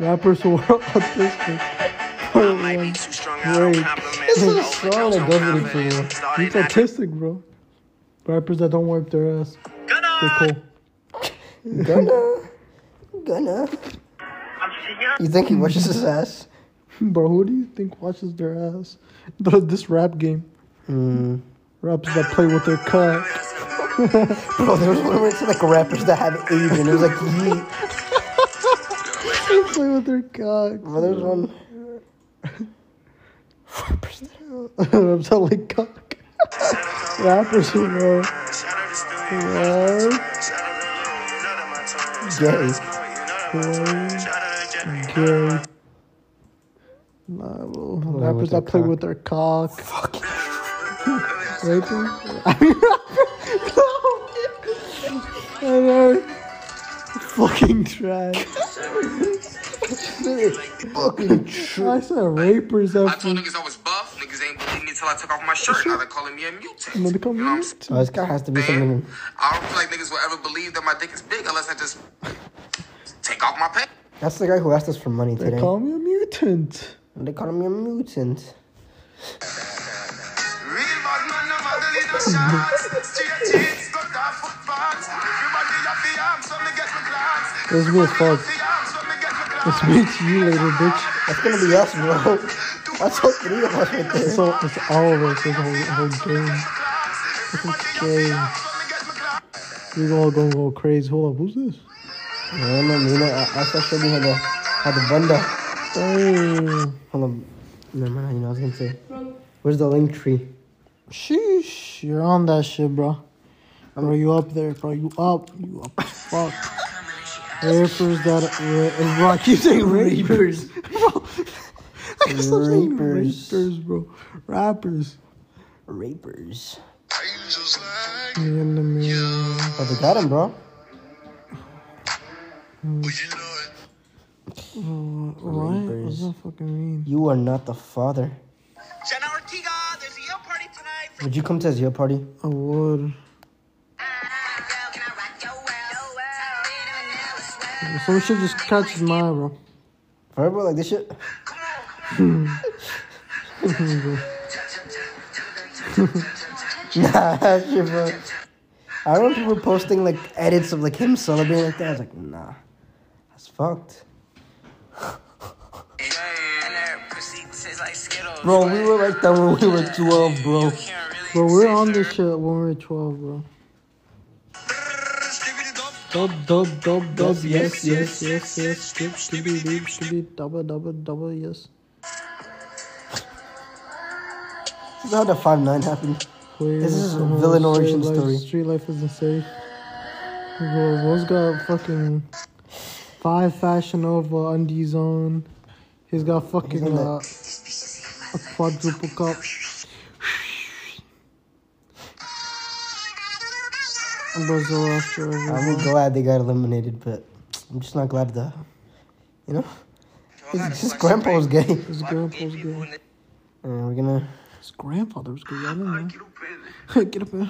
Speaker 5: Rappers who are autistic. Oh,
Speaker 9: Might be
Speaker 5: man.
Speaker 9: too strong, I don't
Speaker 5: Great.
Speaker 9: compliment.
Speaker 6: This is
Speaker 9: Overdose
Speaker 6: strong and
Speaker 9: on
Speaker 6: doesn't
Speaker 9: confidence.
Speaker 6: improve.
Speaker 9: Started
Speaker 5: He's
Speaker 9: not to
Speaker 5: autistic, bro. Rappers that don't wipe their ass. They cool.
Speaker 6: gonna, gonna. You think he washes his ass?
Speaker 5: Bro, who do you think watches their ass? The, this rap game.
Speaker 6: Mm.
Speaker 5: Rappers that play with their cut. [laughs]
Speaker 6: Bro, there was one where it's like rappers that have AIDS, and it was like yeet.
Speaker 5: They play with their cock.
Speaker 6: Bro,
Speaker 5: [laughs]
Speaker 6: there was one.
Speaker 5: I'm sound like cock. Rappers who know. Love,
Speaker 6: Gay.
Speaker 5: gay. Nah, bro. Rappers
Speaker 6: with their
Speaker 5: that play
Speaker 6: cock.
Speaker 5: with their cock. Fuck. [laughs] Raping? I mean, no. I know. Fucking [laughs] trash.
Speaker 6: Fucking true.
Speaker 5: I said rapers
Speaker 9: I
Speaker 5: after.
Speaker 9: told niggas I was buff. Niggas ain't believe me until I took off my shirt. Now they're calling me a mutant.
Speaker 5: When they come
Speaker 9: You know what I'm
Speaker 5: here,
Speaker 6: Oh, this guy has to be
Speaker 9: saying?
Speaker 6: something.
Speaker 9: I don't feel like niggas will ever believe that my dick is big unless I just take off my pants.
Speaker 6: That's the guy who asked us for money
Speaker 5: they
Speaker 6: today.
Speaker 5: call me a mutant.
Speaker 6: And they called me a mutant.
Speaker 9: Real bad man, no matter in a shot. Straight jeans, cut off foot pants. Everybody have the arms, so me get my glance.
Speaker 5: This me as fuck.
Speaker 9: The arms, so me get my glance.
Speaker 5: It's me to you later, bitch.
Speaker 6: That's gonna be us, bro. That's all three of us right there.
Speaker 5: It's all, it's all of us. This whole, whole game. It's crazy. We all gonna go crazy. Hold up, who's this?
Speaker 6: No, no, no, no. I, I started showing had the, had the bunda.
Speaker 5: Oh,
Speaker 6: Hold on. Never mind, you know, I was gonna say. Where's the link tree?
Speaker 5: sheesh. You're on that shit, bro. Bro, you up there, bro. You up. You up as fuck. Rappers that. Ra- bro, I keep saying rapers. [laughs] bro, I keep saying
Speaker 6: Rapers.
Speaker 5: rapers, bro. Rappers.
Speaker 6: Rapers.
Speaker 5: Yeah,
Speaker 6: Oh, they got him, bro.
Speaker 5: What? What does that fucking mean?
Speaker 6: You are not the father.
Speaker 9: Jenna Ortega, there's a Yale party tonight.
Speaker 6: Would you come to his Yale party?
Speaker 5: I would. Some shit just catches my eye, bro.
Speaker 6: Forever like this shit? [laughs] nah, that shit, bro. I remember people posting like edits of like him celebrating like that. I was like, nah, that's fucked. Bro, we were like that when we were 12, bro.
Speaker 5: Bro, we were on this shit when we were 12, bro. Dub, dub, dub, dub, yes, yes, yes, yes, skip, skibby, doo, skibby, double, double, double, yes.
Speaker 6: This is how the 5 9 happened. This is
Speaker 5: Queer, uh,
Speaker 6: villain
Speaker 5: street
Speaker 6: origin
Speaker 5: life-
Speaker 6: story.
Speaker 5: Street life isn't safe. Bro, Will's got fucking five Fashion Nova undies on. He's got fucking
Speaker 6: on
Speaker 5: uh, a quadruple cup. And Bro's all after everyone.
Speaker 6: I'm glad they got eliminated, but I'm just not glad the. You know? It's just grandpa's gay.
Speaker 5: His grandpa's good.
Speaker 6: Uh, we're gonna,
Speaker 5: His grandfather's good. I don't know. [laughs] Get up man.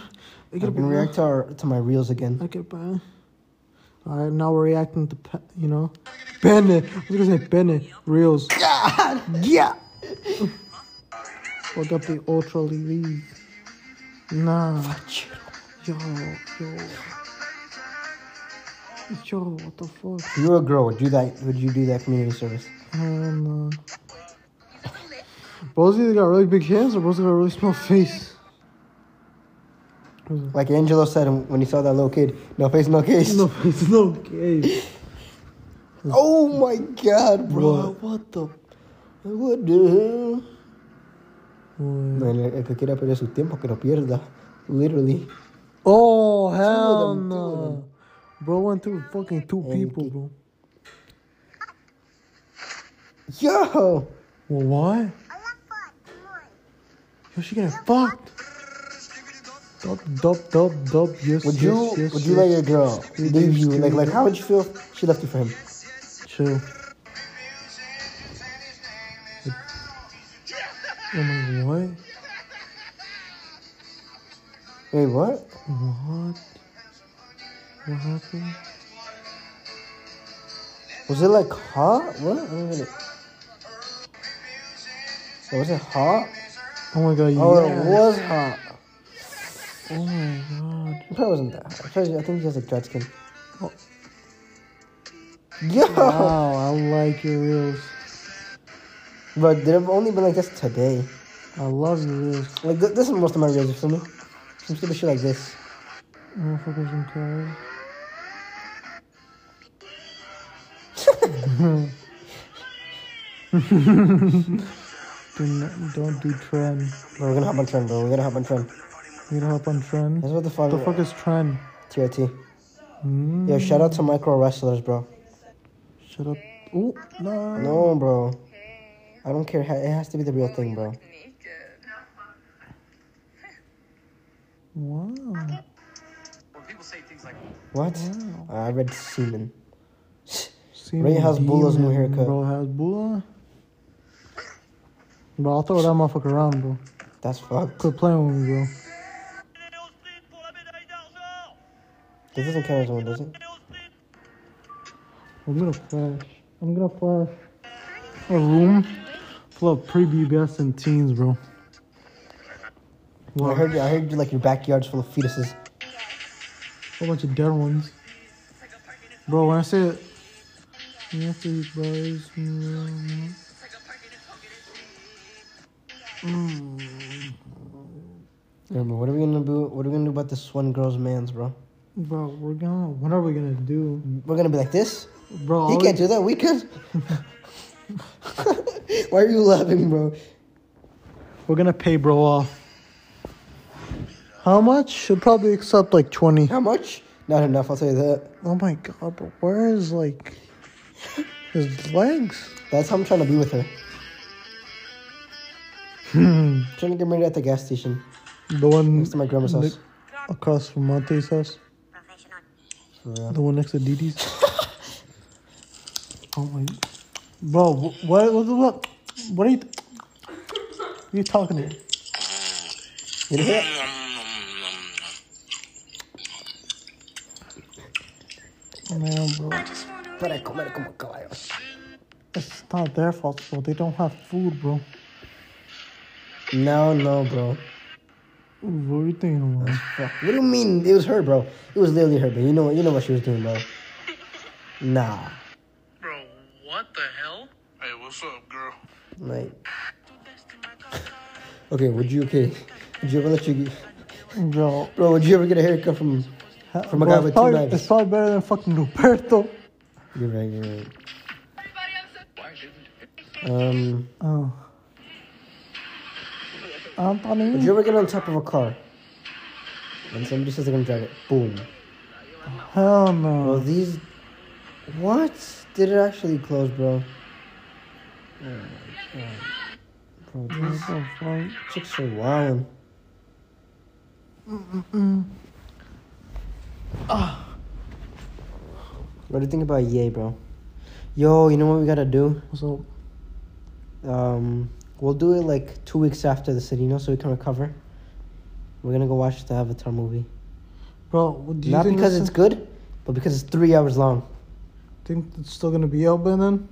Speaker 5: Get
Speaker 6: we're
Speaker 5: up
Speaker 6: gonna
Speaker 5: man.
Speaker 6: react to, our, to my reels again.
Speaker 5: I get banned. All right, now we're reacting to, pe- you know, Bennett. I was gonna say Bennett [laughs] reels. Yeah, yeah. Fuck up the ultra league. Nah. Yo, yo. Yo, what the fuck?
Speaker 6: If you were a girl, would you, that, would you do that community service?
Speaker 5: Hell no. Bro's either got really big hands or bro's got a really small face.
Speaker 6: Like Angelo said when he saw that little kid, no face, no case.
Speaker 5: [laughs] No, it's no game.
Speaker 6: Oh my god, bro. What, the? What the hell? Man, el, el que quiera perder su tiempo, que lo pierda. Literally.
Speaker 5: Oh
Speaker 6: Two
Speaker 5: hell
Speaker 6: of them, two of
Speaker 5: no,
Speaker 6: them.
Speaker 5: bro! Went through fucking two people, bro.
Speaker 6: Yo!
Speaker 5: Well, why? Yo, she getting fucked. Dub dub dub dub. Yes,
Speaker 6: Would
Speaker 5: yes,
Speaker 6: you
Speaker 5: yes,
Speaker 6: would
Speaker 5: yes.
Speaker 6: you let your girl leave you?
Speaker 5: yes,
Speaker 6: Like like
Speaker 5: yes.
Speaker 6: how would you feel if she left you for him?
Speaker 5: chill? Oh I'm like, what?
Speaker 6: Wait, what?
Speaker 5: What? What happened?
Speaker 6: Was it like hot? What? I don't get it. Wait, Was it hot?
Speaker 5: Oh my god! Yeah.
Speaker 6: Oh, it was hot.
Speaker 5: Oh my god! Oh.
Speaker 6: It probably wasn't that. hot. Probably- I think she has like dry skin. Yo!
Speaker 5: Wow, I like your reels.
Speaker 6: But they've only been like this today.
Speaker 5: I love your reels.
Speaker 6: Like th- this is most of my reels for me. Some stupid shit like this.
Speaker 5: Motherfuckers in cars. do not, don't do trend.
Speaker 6: Bro, we're gonna hop on trend, bro. We're gonna hop on trend.
Speaker 5: You gotta hop on trend.
Speaker 6: That's
Speaker 5: What
Speaker 6: what the fuck.
Speaker 5: the fuck is trend? Hmm?
Speaker 6: TRT? Yo, shout out to micro wrestlers, bro.
Speaker 5: Shut up. Oh, no.
Speaker 6: No, bro. I don't care. Ha- It has to be the real thing, bro.
Speaker 5: Wow.
Speaker 6: What? I read semen.
Speaker 5: Seems
Speaker 6: Ray Hasbulla's new
Speaker 5: demon,
Speaker 6: haircut.
Speaker 5: Bro, Hasbulla. Bro, I'll throw that motherfucker around, bro.
Speaker 6: That's fucked.
Speaker 5: Quit playing with me, bro.
Speaker 6: This doesn't count as one, does it?
Speaker 5: I'm gonna flash. I'm gonna flash a room full of pre-BBS teens, bro.
Speaker 6: I
Speaker 5: Well,
Speaker 6: heard you. I heard you like your backyard's full of fetuses.
Speaker 5: a bunch of dead ones. Bro, when I say it, you have to eat bars. mm,
Speaker 6: Remember, what are we gonna do? What are we gonna do about this one girl's man's, bro?
Speaker 5: Bro, we're gonna. What are we gonna do,
Speaker 6: We're gonna be like this.
Speaker 5: bro?
Speaker 6: He
Speaker 5: all
Speaker 6: can't
Speaker 5: we-
Speaker 6: do that. We could. [laughs] Why are you laughing, bro?
Speaker 5: We're gonna pay bro off. How much? Should probably accept like twenty.
Speaker 6: How much? Not enough. I'll tell you that.
Speaker 5: Oh my god, bro, where is like his legs?
Speaker 6: That's how I'm trying to be with
Speaker 5: [laughs]
Speaker 6: her. trying to get married at the gas station
Speaker 5: The one
Speaker 6: next to my grandma's house.
Speaker 5: across from Monte's house. The one next to Didi's. [laughs] oh my, bro, wh- what, what, what, what are you, what are you talking to?
Speaker 6: You know that?
Speaker 5: Oh, Man, bro,
Speaker 6: Marico, marico, marico.
Speaker 5: it's not their fault, bro. They don't have food, bro.
Speaker 6: No, no, bro.
Speaker 5: What were you thinking about?
Speaker 6: Fuck. What do you mean? It was her, bro. It was literally her, but you know, you know what she was doing, bro. Nah,
Speaker 3: Bro, what the hell?
Speaker 9: Hey, what's up, girl?
Speaker 6: like. Okay, would you okay? Would you ever let you,
Speaker 5: Bro,
Speaker 6: bro? Would you ever get a haircut from? From a guy with
Speaker 5: bro, it's
Speaker 6: two
Speaker 5: probably,
Speaker 6: knives.
Speaker 5: it's probably better than fucking Ruperto.
Speaker 6: You're right. You're right. Um,
Speaker 5: Oh.
Speaker 6: would
Speaker 5: Anthony.
Speaker 6: you ever get on top of a car? And somebody says they're gonna drive it. Boom. Bro,
Speaker 5: Hell no.
Speaker 6: these. What? Did it actually close, bro? Oh my god. Bro, these
Speaker 5: Oh, fuck.
Speaker 6: chicks are wild. What do you think about Yay, bro? Yo, you know what we gotta do?
Speaker 5: What's up?
Speaker 6: Um, we'll do it like two weeks after the city, you know, so we can recover. We're gonna go watch the Avatar movie.
Speaker 5: Bro, what do you
Speaker 6: Not
Speaker 5: think
Speaker 6: because
Speaker 5: this
Speaker 6: it's
Speaker 5: is-
Speaker 6: good, but because it's three hours long.
Speaker 5: Think it's still gonna be open then?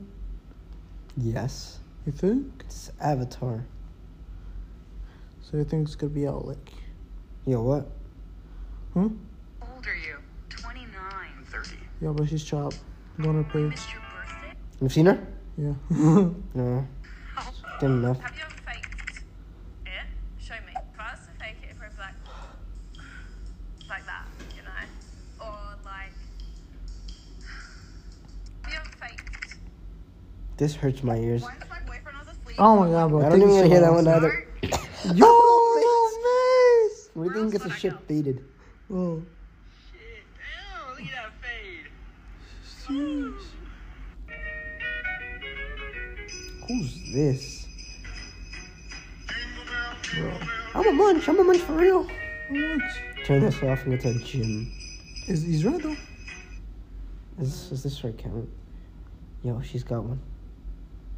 Speaker 6: Yes.
Speaker 5: You think?
Speaker 6: It's Avatar.
Speaker 5: So you think it's gonna be out like?
Speaker 6: Yo, what?
Speaker 5: Huh?
Speaker 7: old are you? 29.
Speaker 5: Yeah, but she's chopped. Going to page.
Speaker 7: Your birthday?
Speaker 6: You've seen her?
Speaker 5: Yeah. [laughs] Oh,
Speaker 6: No. Good enough.
Speaker 7: Have you ever faked it? Show me. If I was to fake it, if I was like, [sighs] like that, you know? Or like, have you ever faked?
Speaker 6: This hurts my ears.
Speaker 7: Once my boyfriend was asleep,
Speaker 5: oh my god, bro.
Speaker 6: I don't
Speaker 5: thank
Speaker 6: even
Speaker 5: you
Speaker 6: want
Speaker 5: so Oh,
Speaker 6: to hear that
Speaker 5: much.
Speaker 6: one either.
Speaker 5: [laughs] Yo,
Speaker 6: [laughs]
Speaker 5: yo, Mace.
Speaker 6: We didn't get the shit faded.
Speaker 5: Whoa.
Speaker 3: Ew, look at that fade.
Speaker 6: Who's this? I'm a munch. I'm a munch for real. Turn this off and go to the gym.
Speaker 5: Is he's right though?
Speaker 6: Is this, is this her account? Yo, she's got one.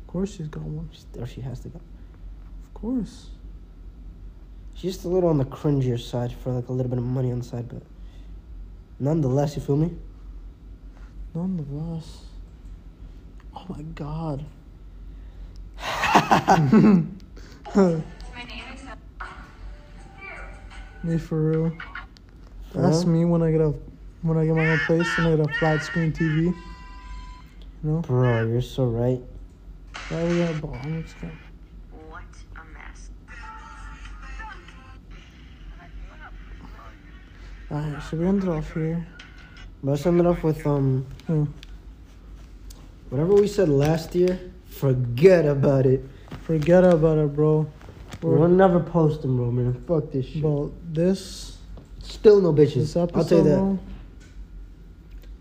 Speaker 5: Of course she's got one.
Speaker 6: She's, or she has to go.
Speaker 5: Of course.
Speaker 6: She's just a little on the cringier side for like a little bit of money on the side, but nonetheless, you feel me?
Speaker 5: Nonetheless. Oh my god.
Speaker 7: my name is
Speaker 5: Me for real.
Speaker 6: Uh-huh.
Speaker 5: That's me when I get a when I get my own place and I get a flat screen TV.
Speaker 6: Bro, you're so right.
Speaker 5: Why we got a ball? I'm just gonna-
Speaker 7: What a mess.
Speaker 5: Alright, so we ended off here.
Speaker 6: Let's end it off with um
Speaker 5: Hmm.
Speaker 6: whatever we said last year. Forget about it.
Speaker 5: Forget about it, bro.
Speaker 6: We'll never post them, bro, man. Fuck this shit.
Speaker 5: Bro, this
Speaker 6: Still no bitches.
Speaker 5: this episode
Speaker 6: I'll tell you that.
Speaker 5: bro,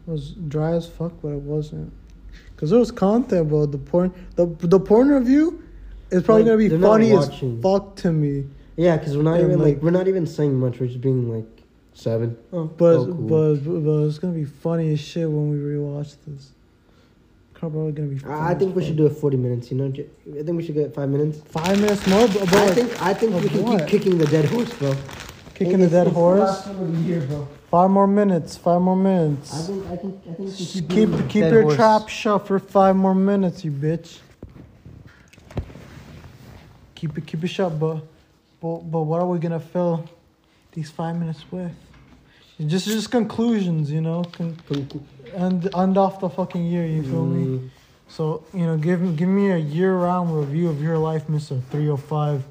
Speaker 5: was dry as fuck, but it wasn't. Cause there was content, bro. The porn, the the porn review is probably
Speaker 6: Bro,
Speaker 5: gonna be
Speaker 6: they're not
Speaker 5: funny as
Speaker 6: watching.
Speaker 5: fuck to me.
Speaker 6: Yeah, because we're not
Speaker 5: Yeah,
Speaker 6: even
Speaker 5: like-
Speaker 6: like, we're not even saying much. We're just being like seven. Oh,
Speaker 5: But,
Speaker 6: oh, cool.
Speaker 5: but but it's gonna be funny as shit when we rewatch this. Probably gonna be. Funny
Speaker 6: I I think
Speaker 5: as
Speaker 6: we
Speaker 5: fuck.
Speaker 6: should do it forty minutes. You know, ju- I think we should get five minutes.
Speaker 5: five minutes more, bro. bro
Speaker 6: I think I think
Speaker 5: of
Speaker 6: we can
Speaker 5: what?
Speaker 6: keep kicking the dead horse, bro.
Speaker 5: kicking the
Speaker 6: It's-
Speaker 5: dead
Speaker 6: it's
Speaker 5: horse.
Speaker 6: last one of the year, bro.
Speaker 5: Five more minutes. Five more
Speaker 6: I
Speaker 5: minutes.
Speaker 6: think I think I think we
Speaker 5: Just
Speaker 6: keep
Speaker 5: keep
Speaker 6: kicking the
Speaker 5: keep
Speaker 6: dead
Speaker 5: your
Speaker 6: horse.
Speaker 5: trap shut for five more minutes, you bitch. Keep it keep it shut, but but but what are we gonna fill these five minutes with? Just just conclusions, you know. Con- and end off the fucking year. You feel
Speaker 6: Mm.
Speaker 5: me? So you know, give give me a year round review of your life, Mister Three Hundred Five.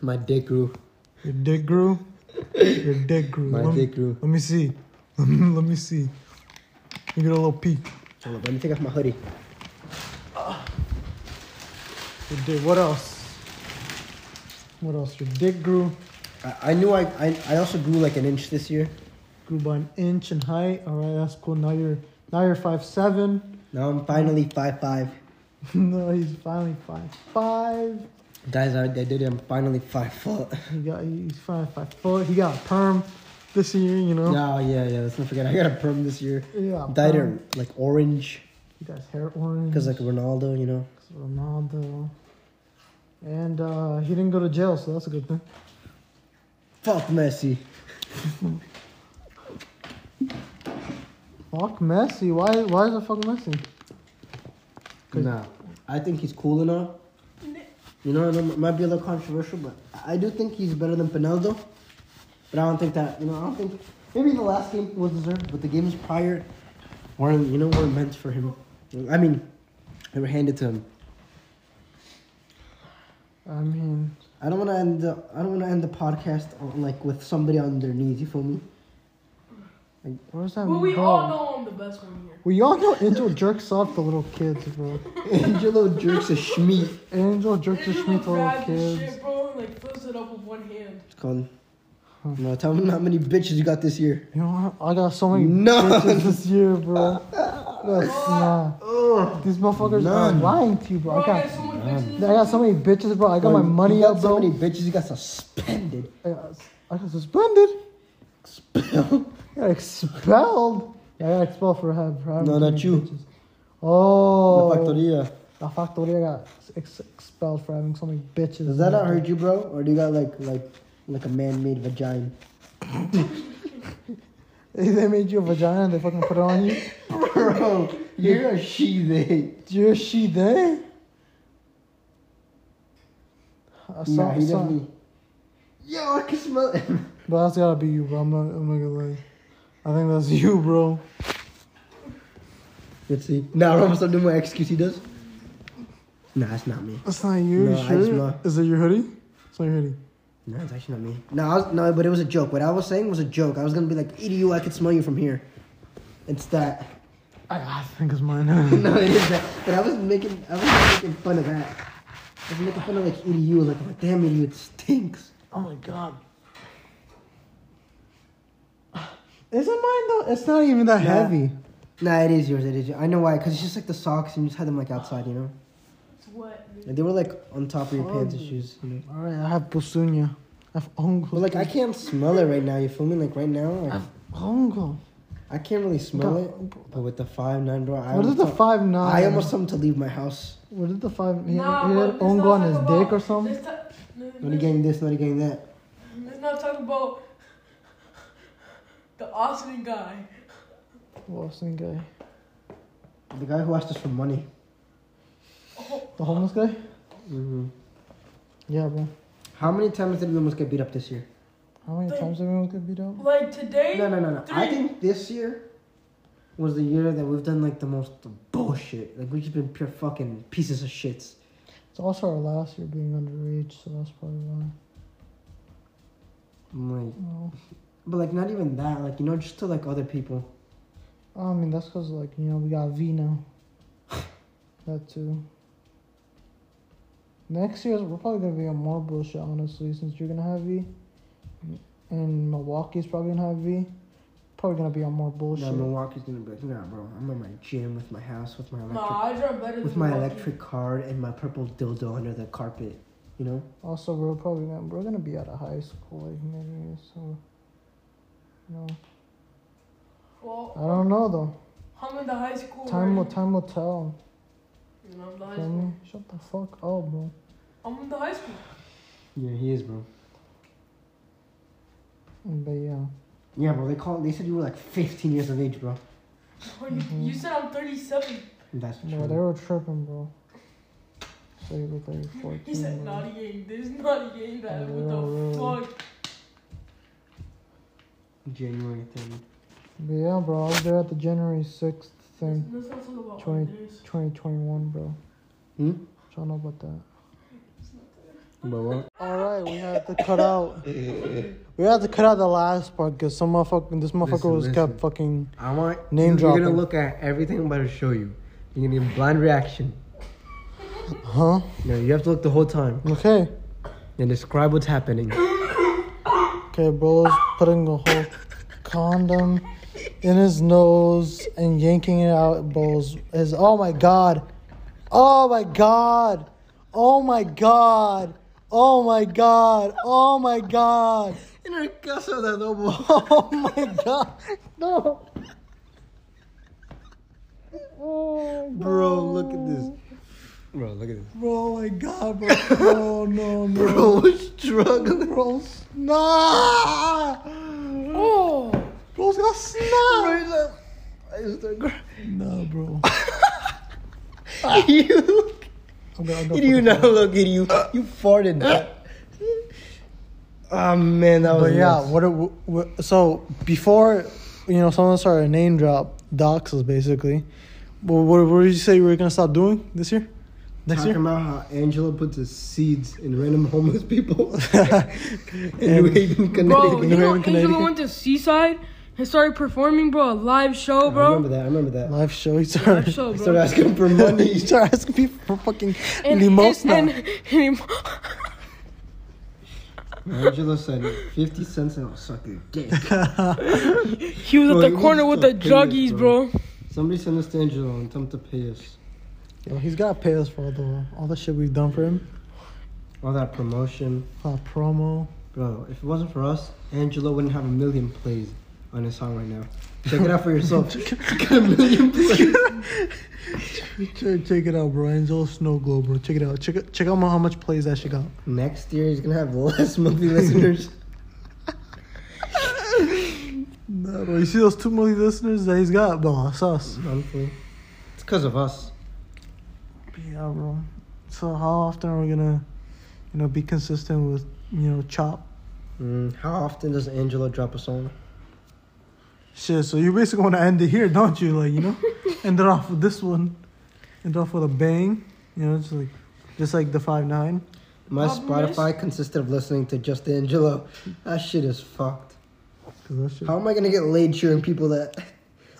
Speaker 6: My dick grew.
Speaker 5: Your dick grew. Your dick grew.
Speaker 6: My
Speaker 5: let
Speaker 6: dick
Speaker 5: me,
Speaker 6: grew.
Speaker 5: Let me see. [laughs] let me see. You get a little peek.
Speaker 6: Hold on, let me take off my hoodie.
Speaker 5: Your dick. What else? What else? Your dick grew.
Speaker 6: I, I knew I, I I also grew like an inch this year.
Speaker 5: Grew by an inch in height. All right, that's cool. Now you're now you're five seven. [laughs]
Speaker 6: Now I'm finally five five.
Speaker 5: no, he's finally five five.
Speaker 6: Guys, I, I did it. I'm finally five foot. [laughs]
Speaker 5: He got he's finally five foot. He got a perm this year. You know.
Speaker 6: No, yeah, yeah. Let's not forget. I got a perm this year.
Speaker 5: Yeah,
Speaker 6: Dyed
Speaker 5: perm.
Speaker 6: it like orange,
Speaker 5: He got his hair orange.
Speaker 6: cause like Ronaldo, you know.
Speaker 5: Ronaldo. And uh, he didn't go to jail, so that's a good thing.
Speaker 6: Fuck Messi.
Speaker 5: Fuck Messi. Why? Why is it fuck Messi?
Speaker 6: Nah, I think he's cool enough. You know, I know it might be a little controversial, but I do think he's better than Pinaldo. But I don't think that, you know, I don't think. Maybe the last game was deserved, but the games prior weren't, you know, weren't meant for him. I mean, they were handed to him.
Speaker 5: I mean,
Speaker 6: I don't want to end the I don't want to end the podcast on, like with somebody on their knees. You feel me?
Speaker 5: what does that
Speaker 3: But
Speaker 5: mean?
Speaker 3: we all know I'm the best one here.
Speaker 5: we all know Angel jerks off the little kids, bro.
Speaker 6: [laughs] Angelo jerks a shmee.
Speaker 5: Angel jerks the
Speaker 3: Andrew
Speaker 5: shmeet to little
Speaker 3: grabs this
Speaker 5: kids.
Speaker 3: shit, bro, and like flips it up with one hand.
Speaker 6: It's called. No, tell me how many bitches you got this year.
Speaker 5: You know what? I got so many
Speaker 6: No.
Speaker 5: bitches this year, bro. That's not. These motherfuckers
Speaker 6: None.
Speaker 5: are lying to you, bro.
Speaker 3: Bro,
Speaker 5: I got,
Speaker 3: so much bitches.
Speaker 5: I got so many bitches, bro. I got my
Speaker 6: you
Speaker 5: money
Speaker 6: got
Speaker 5: up,
Speaker 6: so
Speaker 5: bro.
Speaker 6: many bitches you got suspended. [laughs]
Speaker 5: I got, I got suspended. I got expelled. Yeah, I got expelled for having. for having
Speaker 6: No,
Speaker 5: too
Speaker 6: not
Speaker 5: many
Speaker 6: you.
Speaker 5: bitches. Oh.
Speaker 6: La Factoria.
Speaker 5: La Factoria got ex- expelled for having so many bitches.
Speaker 6: Does that not hurt you, bro? Or do you got like like like a man-made vagina?
Speaker 5: [laughs] They made you a vagina and they fucking put it on you.
Speaker 6: [laughs] Bro, you're a she they.
Speaker 5: You're she they? I saw,
Speaker 6: Nah,
Speaker 5: I
Speaker 6: he
Speaker 5: saw-
Speaker 6: definitely. Yo, I can smell it. [laughs]
Speaker 5: But that's gotta be you, bro. I'm not, I'm not gonna lie. I think that's you, bro.
Speaker 6: Let's see. Nah, Rob, stop doing what XQC does. Nah, it's not me.
Speaker 5: That's not you.
Speaker 6: No,
Speaker 5: you
Speaker 6: I
Speaker 5: sure?
Speaker 6: smell.
Speaker 5: Is it your hoodie? It's not your hoodie.
Speaker 6: No, it's actually not me. No, I was, no, but it was a joke. What I was saying was a joke. I was gonna be like, "Idiot, I could smell you from here." It's that. [laughs]
Speaker 5: I, I think it's mine. [laughs]
Speaker 6: No, it is that. But I was making, I was making fun of that. I was making fun of like EDU, like, like damn EDU, it stinks.
Speaker 5: oh my god. Is it mine though? It's not even that
Speaker 6: Nah.
Speaker 5: heavy.
Speaker 6: Nah, it is yours. It is. Yours. I know why. Cause it's just like the socks, and you just had them like outside, you know.
Speaker 3: It's wet.
Speaker 6: And they were like on top of your pants and shoes. You know?
Speaker 5: Alright, I have Pusunya. I have Ongo.
Speaker 6: But like I can't smell it right now. You feel me? Like right now, like,
Speaker 5: Ongo.
Speaker 6: I can't really smell it. But with the five nine, bro, I
Speaker 5: What is
Speaker 6: almost
Speaker 5: the
Speaker 6: thought-
Speaker 5: five nine?
Speaker 6: I almost told him to leave my house.
Speaker 5: What is the five? He,
Speaker 3: Nah,
Speaker 5: he
Speaker 3: bro,
Speaker 5: had
Speaker 3: let's
Speaker 5: Ongo
Speaker 3: not
Speaker 5: on his
Speaker 3: talk
Speaker 5: dick
Speaker 3: about-
Speaker 5: or something.
Speaker 3: Let's, ta-
Speaker 6: Not
Speaker 3: let's,
Speaker 6: again this, not again that.
Speaker 3: let's not talk about [laughs] the Austin guy.
Speaker 5: What's that guy?
Speaker 6: The guy who asked us for money.
Speaker 5: The homeless guy?
Speaker 6: Mm-hmm.
Speaker 5: Yeah, bro.
Speaker 6: How many times did we almost get beat up this year?
Speaker 5: How many
Speaker 3: Thank-
Speaker 5: times everyone could beat up?
Speaker 3: Like today.
Speaker 6: No, no, no, no. I
Speaker 3: three-
Speaker 6: think this year was the year that we've done like the most bullshit. Like we've just been pure fucking pieces of shits.
Speaker 5: It's also our last year being underage, so that's probably why.
Speaker 6: I'm like,
Speaker 5: Well,
Speaker 6: but like not even that. Like you know, just to like other people.
Speaker 5: I mean, that's because, like, you know, we got V now. [laughs] that too. Next year, we're probably going to be on more bullshit, honestly, since you're going to have V. And Milwaukee's probably going to have V. Probably going to be on more bullshit.
Speaker 6: Now Milwaukee's gonna be like, nah, bro. I'm at my gym with my house with my electric
Speaker 3: Nah, I draw better
Speaker 6: with
Speaker 3: than
Speaker 6: my
Speaker 3: Milwaukee.
Speaker 6: electric card and my purple dildo under the carpet. You know,
Speaker 5: Also, we're probably gonna, we're gonna be out of high school like many years, so no, I
Speaker 3: Well,
Speaker 5: don't know though.
Speaker 3: I'm in the high school.
Speaker 5: Time will
Speaker 3: already.
Speaker 5: time will tell.
Speaker 3: You know, I'm, the high
Speaker 5: Feel
Speaker 3: school.
Speaker 5: me? Shut the fuck up, bro.
Speaker 3: I'm in the high school.
Speaker 6: yeah, he is, bro.
Speaker 5: But yeah,
Speaker 6: Yeah, bro. They called. They said you were like 15 years of age, bro.
Speaker 3: Oh, [laughs] you,
Speaker 5: Mm-hmm.
Speaker 3: you said I'm 37.
Speaker 6: That's true.
Speaker 5: bro, they were tripping, bro. So you look like you're
Speaker 3: He said
Speaker 5: fourteen. bro.
Speaker 3: naughty game. There's naughty game that.
Speaker 5: Yeah,
Speaker 3: What the fuck?
Speaker 6: January 3rd.
Speaker 5: But yeah, bro, I was there at the January sixth thing,
Speaker 3: Let's not talk about
Speaker 5: Twenty-
Speaker 3: others.
Speaker 5: twenty twenty one, bro.
Speaker 6: Hmm?
Speaker 5: I don't know about that.
Speaker 6: But what?
Speaker 5: All right, we had to
Speaker 6: [laughs]
Speaker 5: cut out. we had to cut out the last part because some motherfucking this motherfucker
Speaker 6: Listen,
Speaker 5: was
Speaker 6: listen.
Speaker 5: kept fucking.
Speaker 6: I want
Speaker 5: Name
Speaker 6: you're
Speaker 5: dropping.
Speaker 6: gonna look at everything I'm about to show you. You're gonna get blind reaction.
Speaker 5: Huh?
Speaker 6: No, you have to look the whole time
Speaker 5: Okay.
Speaker 6: and describe what's [laughs] happening.
Speaker 5: Okay, bro's putting a whole condom in his nose and yanking it out. Bro's is oh my god, oh my god, oh my god, oh my god, oh my god, [laughs]
Speaker 6: In her casa de lobo.
Speaker 5: oh my god, no,
Speaker 6: Bro, look at this. Bro, look at this.
Speaker 5: bro, oh my god, bro, no,
Speaker 6: [laughs]
Speaker 5: no, no,
Speaker 6: Bro, was struggling.
Speaker 5: bro's nah, oh, bro's got snot,
Speaker 6: I just don't- [laughs]
Speaker 5: nah, bro.
Speaker 6: You.
Speaker 5: I'm gonna- I'm gonna
Speaker 6: Did you
Speaker 5: fucking-
Speaker 6: not look at you? You farted [laughs] that. Oh man, that was.
Speaker 5: But yeah,
Speaker 6: nuts.
Speaker 5: what, it, what so before you know someone started a name drop doxes basically. Well, what, what did you say we were gonna stop doing this year? Next
Speaker 6: Talking
Speaker 5: year?
Speaker 6: about how Angela puts his seeds in random homeless [laughs] people in New
Speaker 5: And-
Speaker 6: Haven, Connecticut.
Speaker 5: Connecticut.
Speaker 3: Bro, you
Speaker 5: New
Speaker 3: know
Speaker 5: Haven,
Speaker 3: Angela
Speaker 5: Connecticut.
Speaker 3: went to Seaside and started performing, bro, a live show,
Speaker 6: I remember
Speaker 3: bro.
Speaker 6: that. I remember that.
Speaker 5: Live show. You started, [laughs]
Speaker 3: Live show,
Speaker 6: I started
Speaker 3: bro.
Speaker 6: asking for money. [laughs]
Speaker 5: you started asking people for fucking
Speaker 3: And-
Speaker 5: limosna.
Speaker 3: and- [laughs] and-
Speaker 6: Angela said fifty cents, and I'll suck your [laughs] dick.
Speaker 3: he was
Speaker 6: Bro,
Speaker 3: at
Speaker 6: you
Speaker 3: the corner with
Speaker 6: need
Speaker 3: the
Speaker 6: to pay
Speaker 3: druggies,
Speaker 6: it, bro.
Speaker 3: bro.
Speaker 6: Somebody send us to Angela and tell him to pay us
Speaker 5: [laughs] Yo, he's gotta pay us for all the all the shit we've done for him.
Speaker 6: all that promotion,
Speaker 5: Uh, promo.
Speaker 6: bro. If it wasn't for us, Angela wouldn't have a million plays on his song right now. Check it out for [laughs]
Speaker 5: [laughs]
Speaker 6: yourself. Got a million plays.
Speaker 5: Check, check it out, bro. Angel Snow Globe, bro. Check it out. Check it- check out how much plays that shit got.
Speaker 6: Next year, he's gonna have less [laughs] monthly listeners.
Speaker 5: Nah, bro, you see those two million listeners that he's got? Bro, that's us.
Speaker 6: Honestly, it's because of us.
Speaker 5: Yeah, bro. So how often are we gonna, you know, be consistent with you know chop
Speaker 6: Mm, how often does Angela drop a song?
Speaker 5: shit? So you basically want to end it here, don't you? Like you know, end it off with this one, end it off with a bang. You know, just like, just like the five nine.
Speaker 6: My
Speaker 3: Problem is-
Speaker 6: Spotify consisted of listening to just Angelo. That shit is fucked.
Speaker 5: Cause that shit.
Speaker 6: How am I gonna get laid cheering people that
Speaker 5: you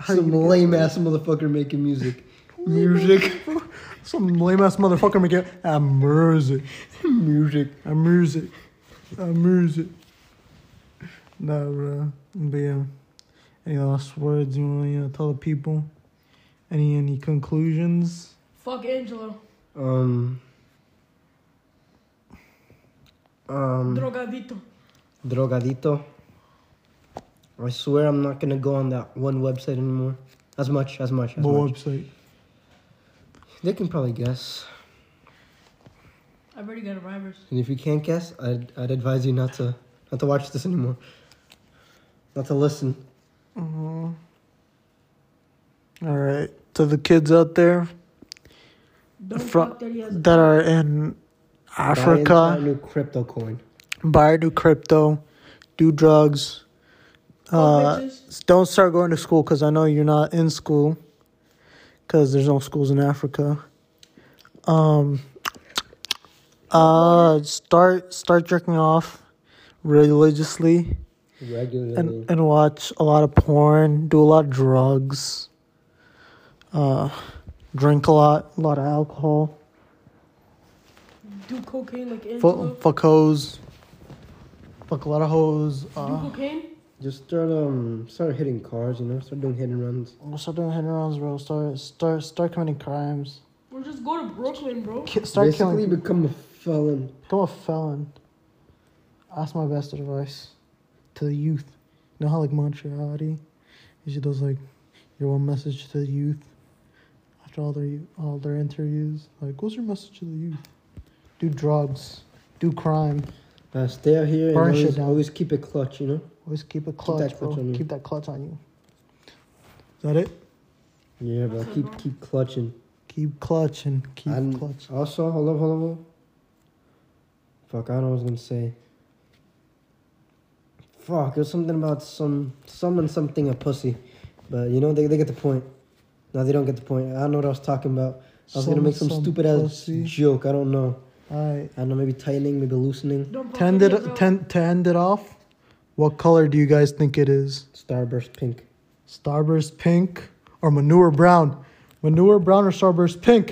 Speaker 6: some
Speaker 5: gonna get
Speaker 6: lame ass motherfucker making music? music,
Speaker 5: [laughs] Some lame ass motherfucker make it. Ah, music,
Speaker 6: music.
Speaker 5: ah, music, ah, music. Nah, bro. But yeah, any last words you want to you know, tell the people? Any any conclusions?
Speaker 3: Fuck Angela.
Speaker 6: Um.
Speaker 5: Mm.
Speaker 6: Um.
Speaker 3: Drogadito.
Speaker 6: Drogadito. I swear I'm not gonna go on that one website anymore. As much, as much, as
Speaker 5: The
Speaker 6: much.
Speaker 5: website.
Speaker 6: They can probably guess.
Speaker 3: I've already got a virus.
Speaker 6: And if you can't guess, I'd, I'd advise you not to not to watch this anymore. Not to listen.
Speaker 5: All right. To the kids out there
Speaker 3: Don't
Speaker 5: Fro-
Speaker 3: fuck daddy as
Speaker 5: that are
Speaker 6: Buy
Speaker 5: in
Speaker 6: into our
Speaker 5: Africa,
Speaker 6: new crypto coin.
Speaker 5: buy or do crypto, do drugs.
Speaker 3: Fuck
Speaker 5: Uh,
Speaker 3: bitches.
Speaker 5: don't start going to school because I know you're not in school because there's no schools in Africa. Um, uh, start start jerking off religiously
Speaker 6: Regularly.
Speaker 5: and, and watch a lot of porn, do a lot of drugs, uh, drink a lot, a lot of alcohol.
Speaker 3: Do cocaine like Angela.
Speaker 5: Fuck, fuck hoes. Fuck a lot of hoes.
Speaker 3: Do
Speaker 5: Uh,
Speaker 3: cocaine?
Speaker 6: Just start um start hitting cars, you know, start doing hit and runs.
Speaker 5: start doing hit and runs, bro. Start, start, start committing crimes.
Speaker 3: Or just go to Brooklyn, bro.
Speaker 5: Ki- Start
Speaker 6: Basically
Speaker 5: killing.
Speaker 6: become a felon.
Speaker 5: Become a felon. That's my best advice to the youth. You know how like Montreality usually does like your one message to the youth after all their all their interviews. Like, what's your message to the youth? Do drugs. Do crime.
Speaker 6: Uh, stay out here
Speaker 5: Burn
Speaker 6: and
Speaker 5: shit
Speaker 6: always,
Speaker 5: down.
Speaker 6: always keep it clutch, you know?
Speaker 5: Always keep a clutch,
Speaker 6: clutch
Speaker 5: bro.
Speaker 6: on you.
Speaker 5: Keep that clutch on you. Is that it?
Speaker 6: Yeah, bro. Keep keep clutching.
Speaker 5: Keep clutching. Keep
Speaker 6: And
Speaker 5: clutching.
Speaker 6: also, hold up, hold up, hold up. Fuck, I don't know what I was gonna say. Fuck, it was something about some some and something a pussy. But you know they they get the point. No, they don't get the point. I don't know what I was talking about. I was gonna
Speaker 5: Some-
Speaker 6: make some,
Speaker 5: some
Speaker 6: stupid ass
Speaker 5: pussy.
Speaker 6: joke. I don't know.
Speaker 5: All right.
Speaker 6: I don't know, maybe tightening, maybe loosening.
Speaker 3: Don't fuck
Speaker 5: To end,
Speaker 3: daddy as
Speaker 5: it, to, end- to end it off, what color do you guys think it is?
Speaker 6: Starburst pink.
Speaker 5: Starburst pink or manure brown? Manure brown or starburst pink?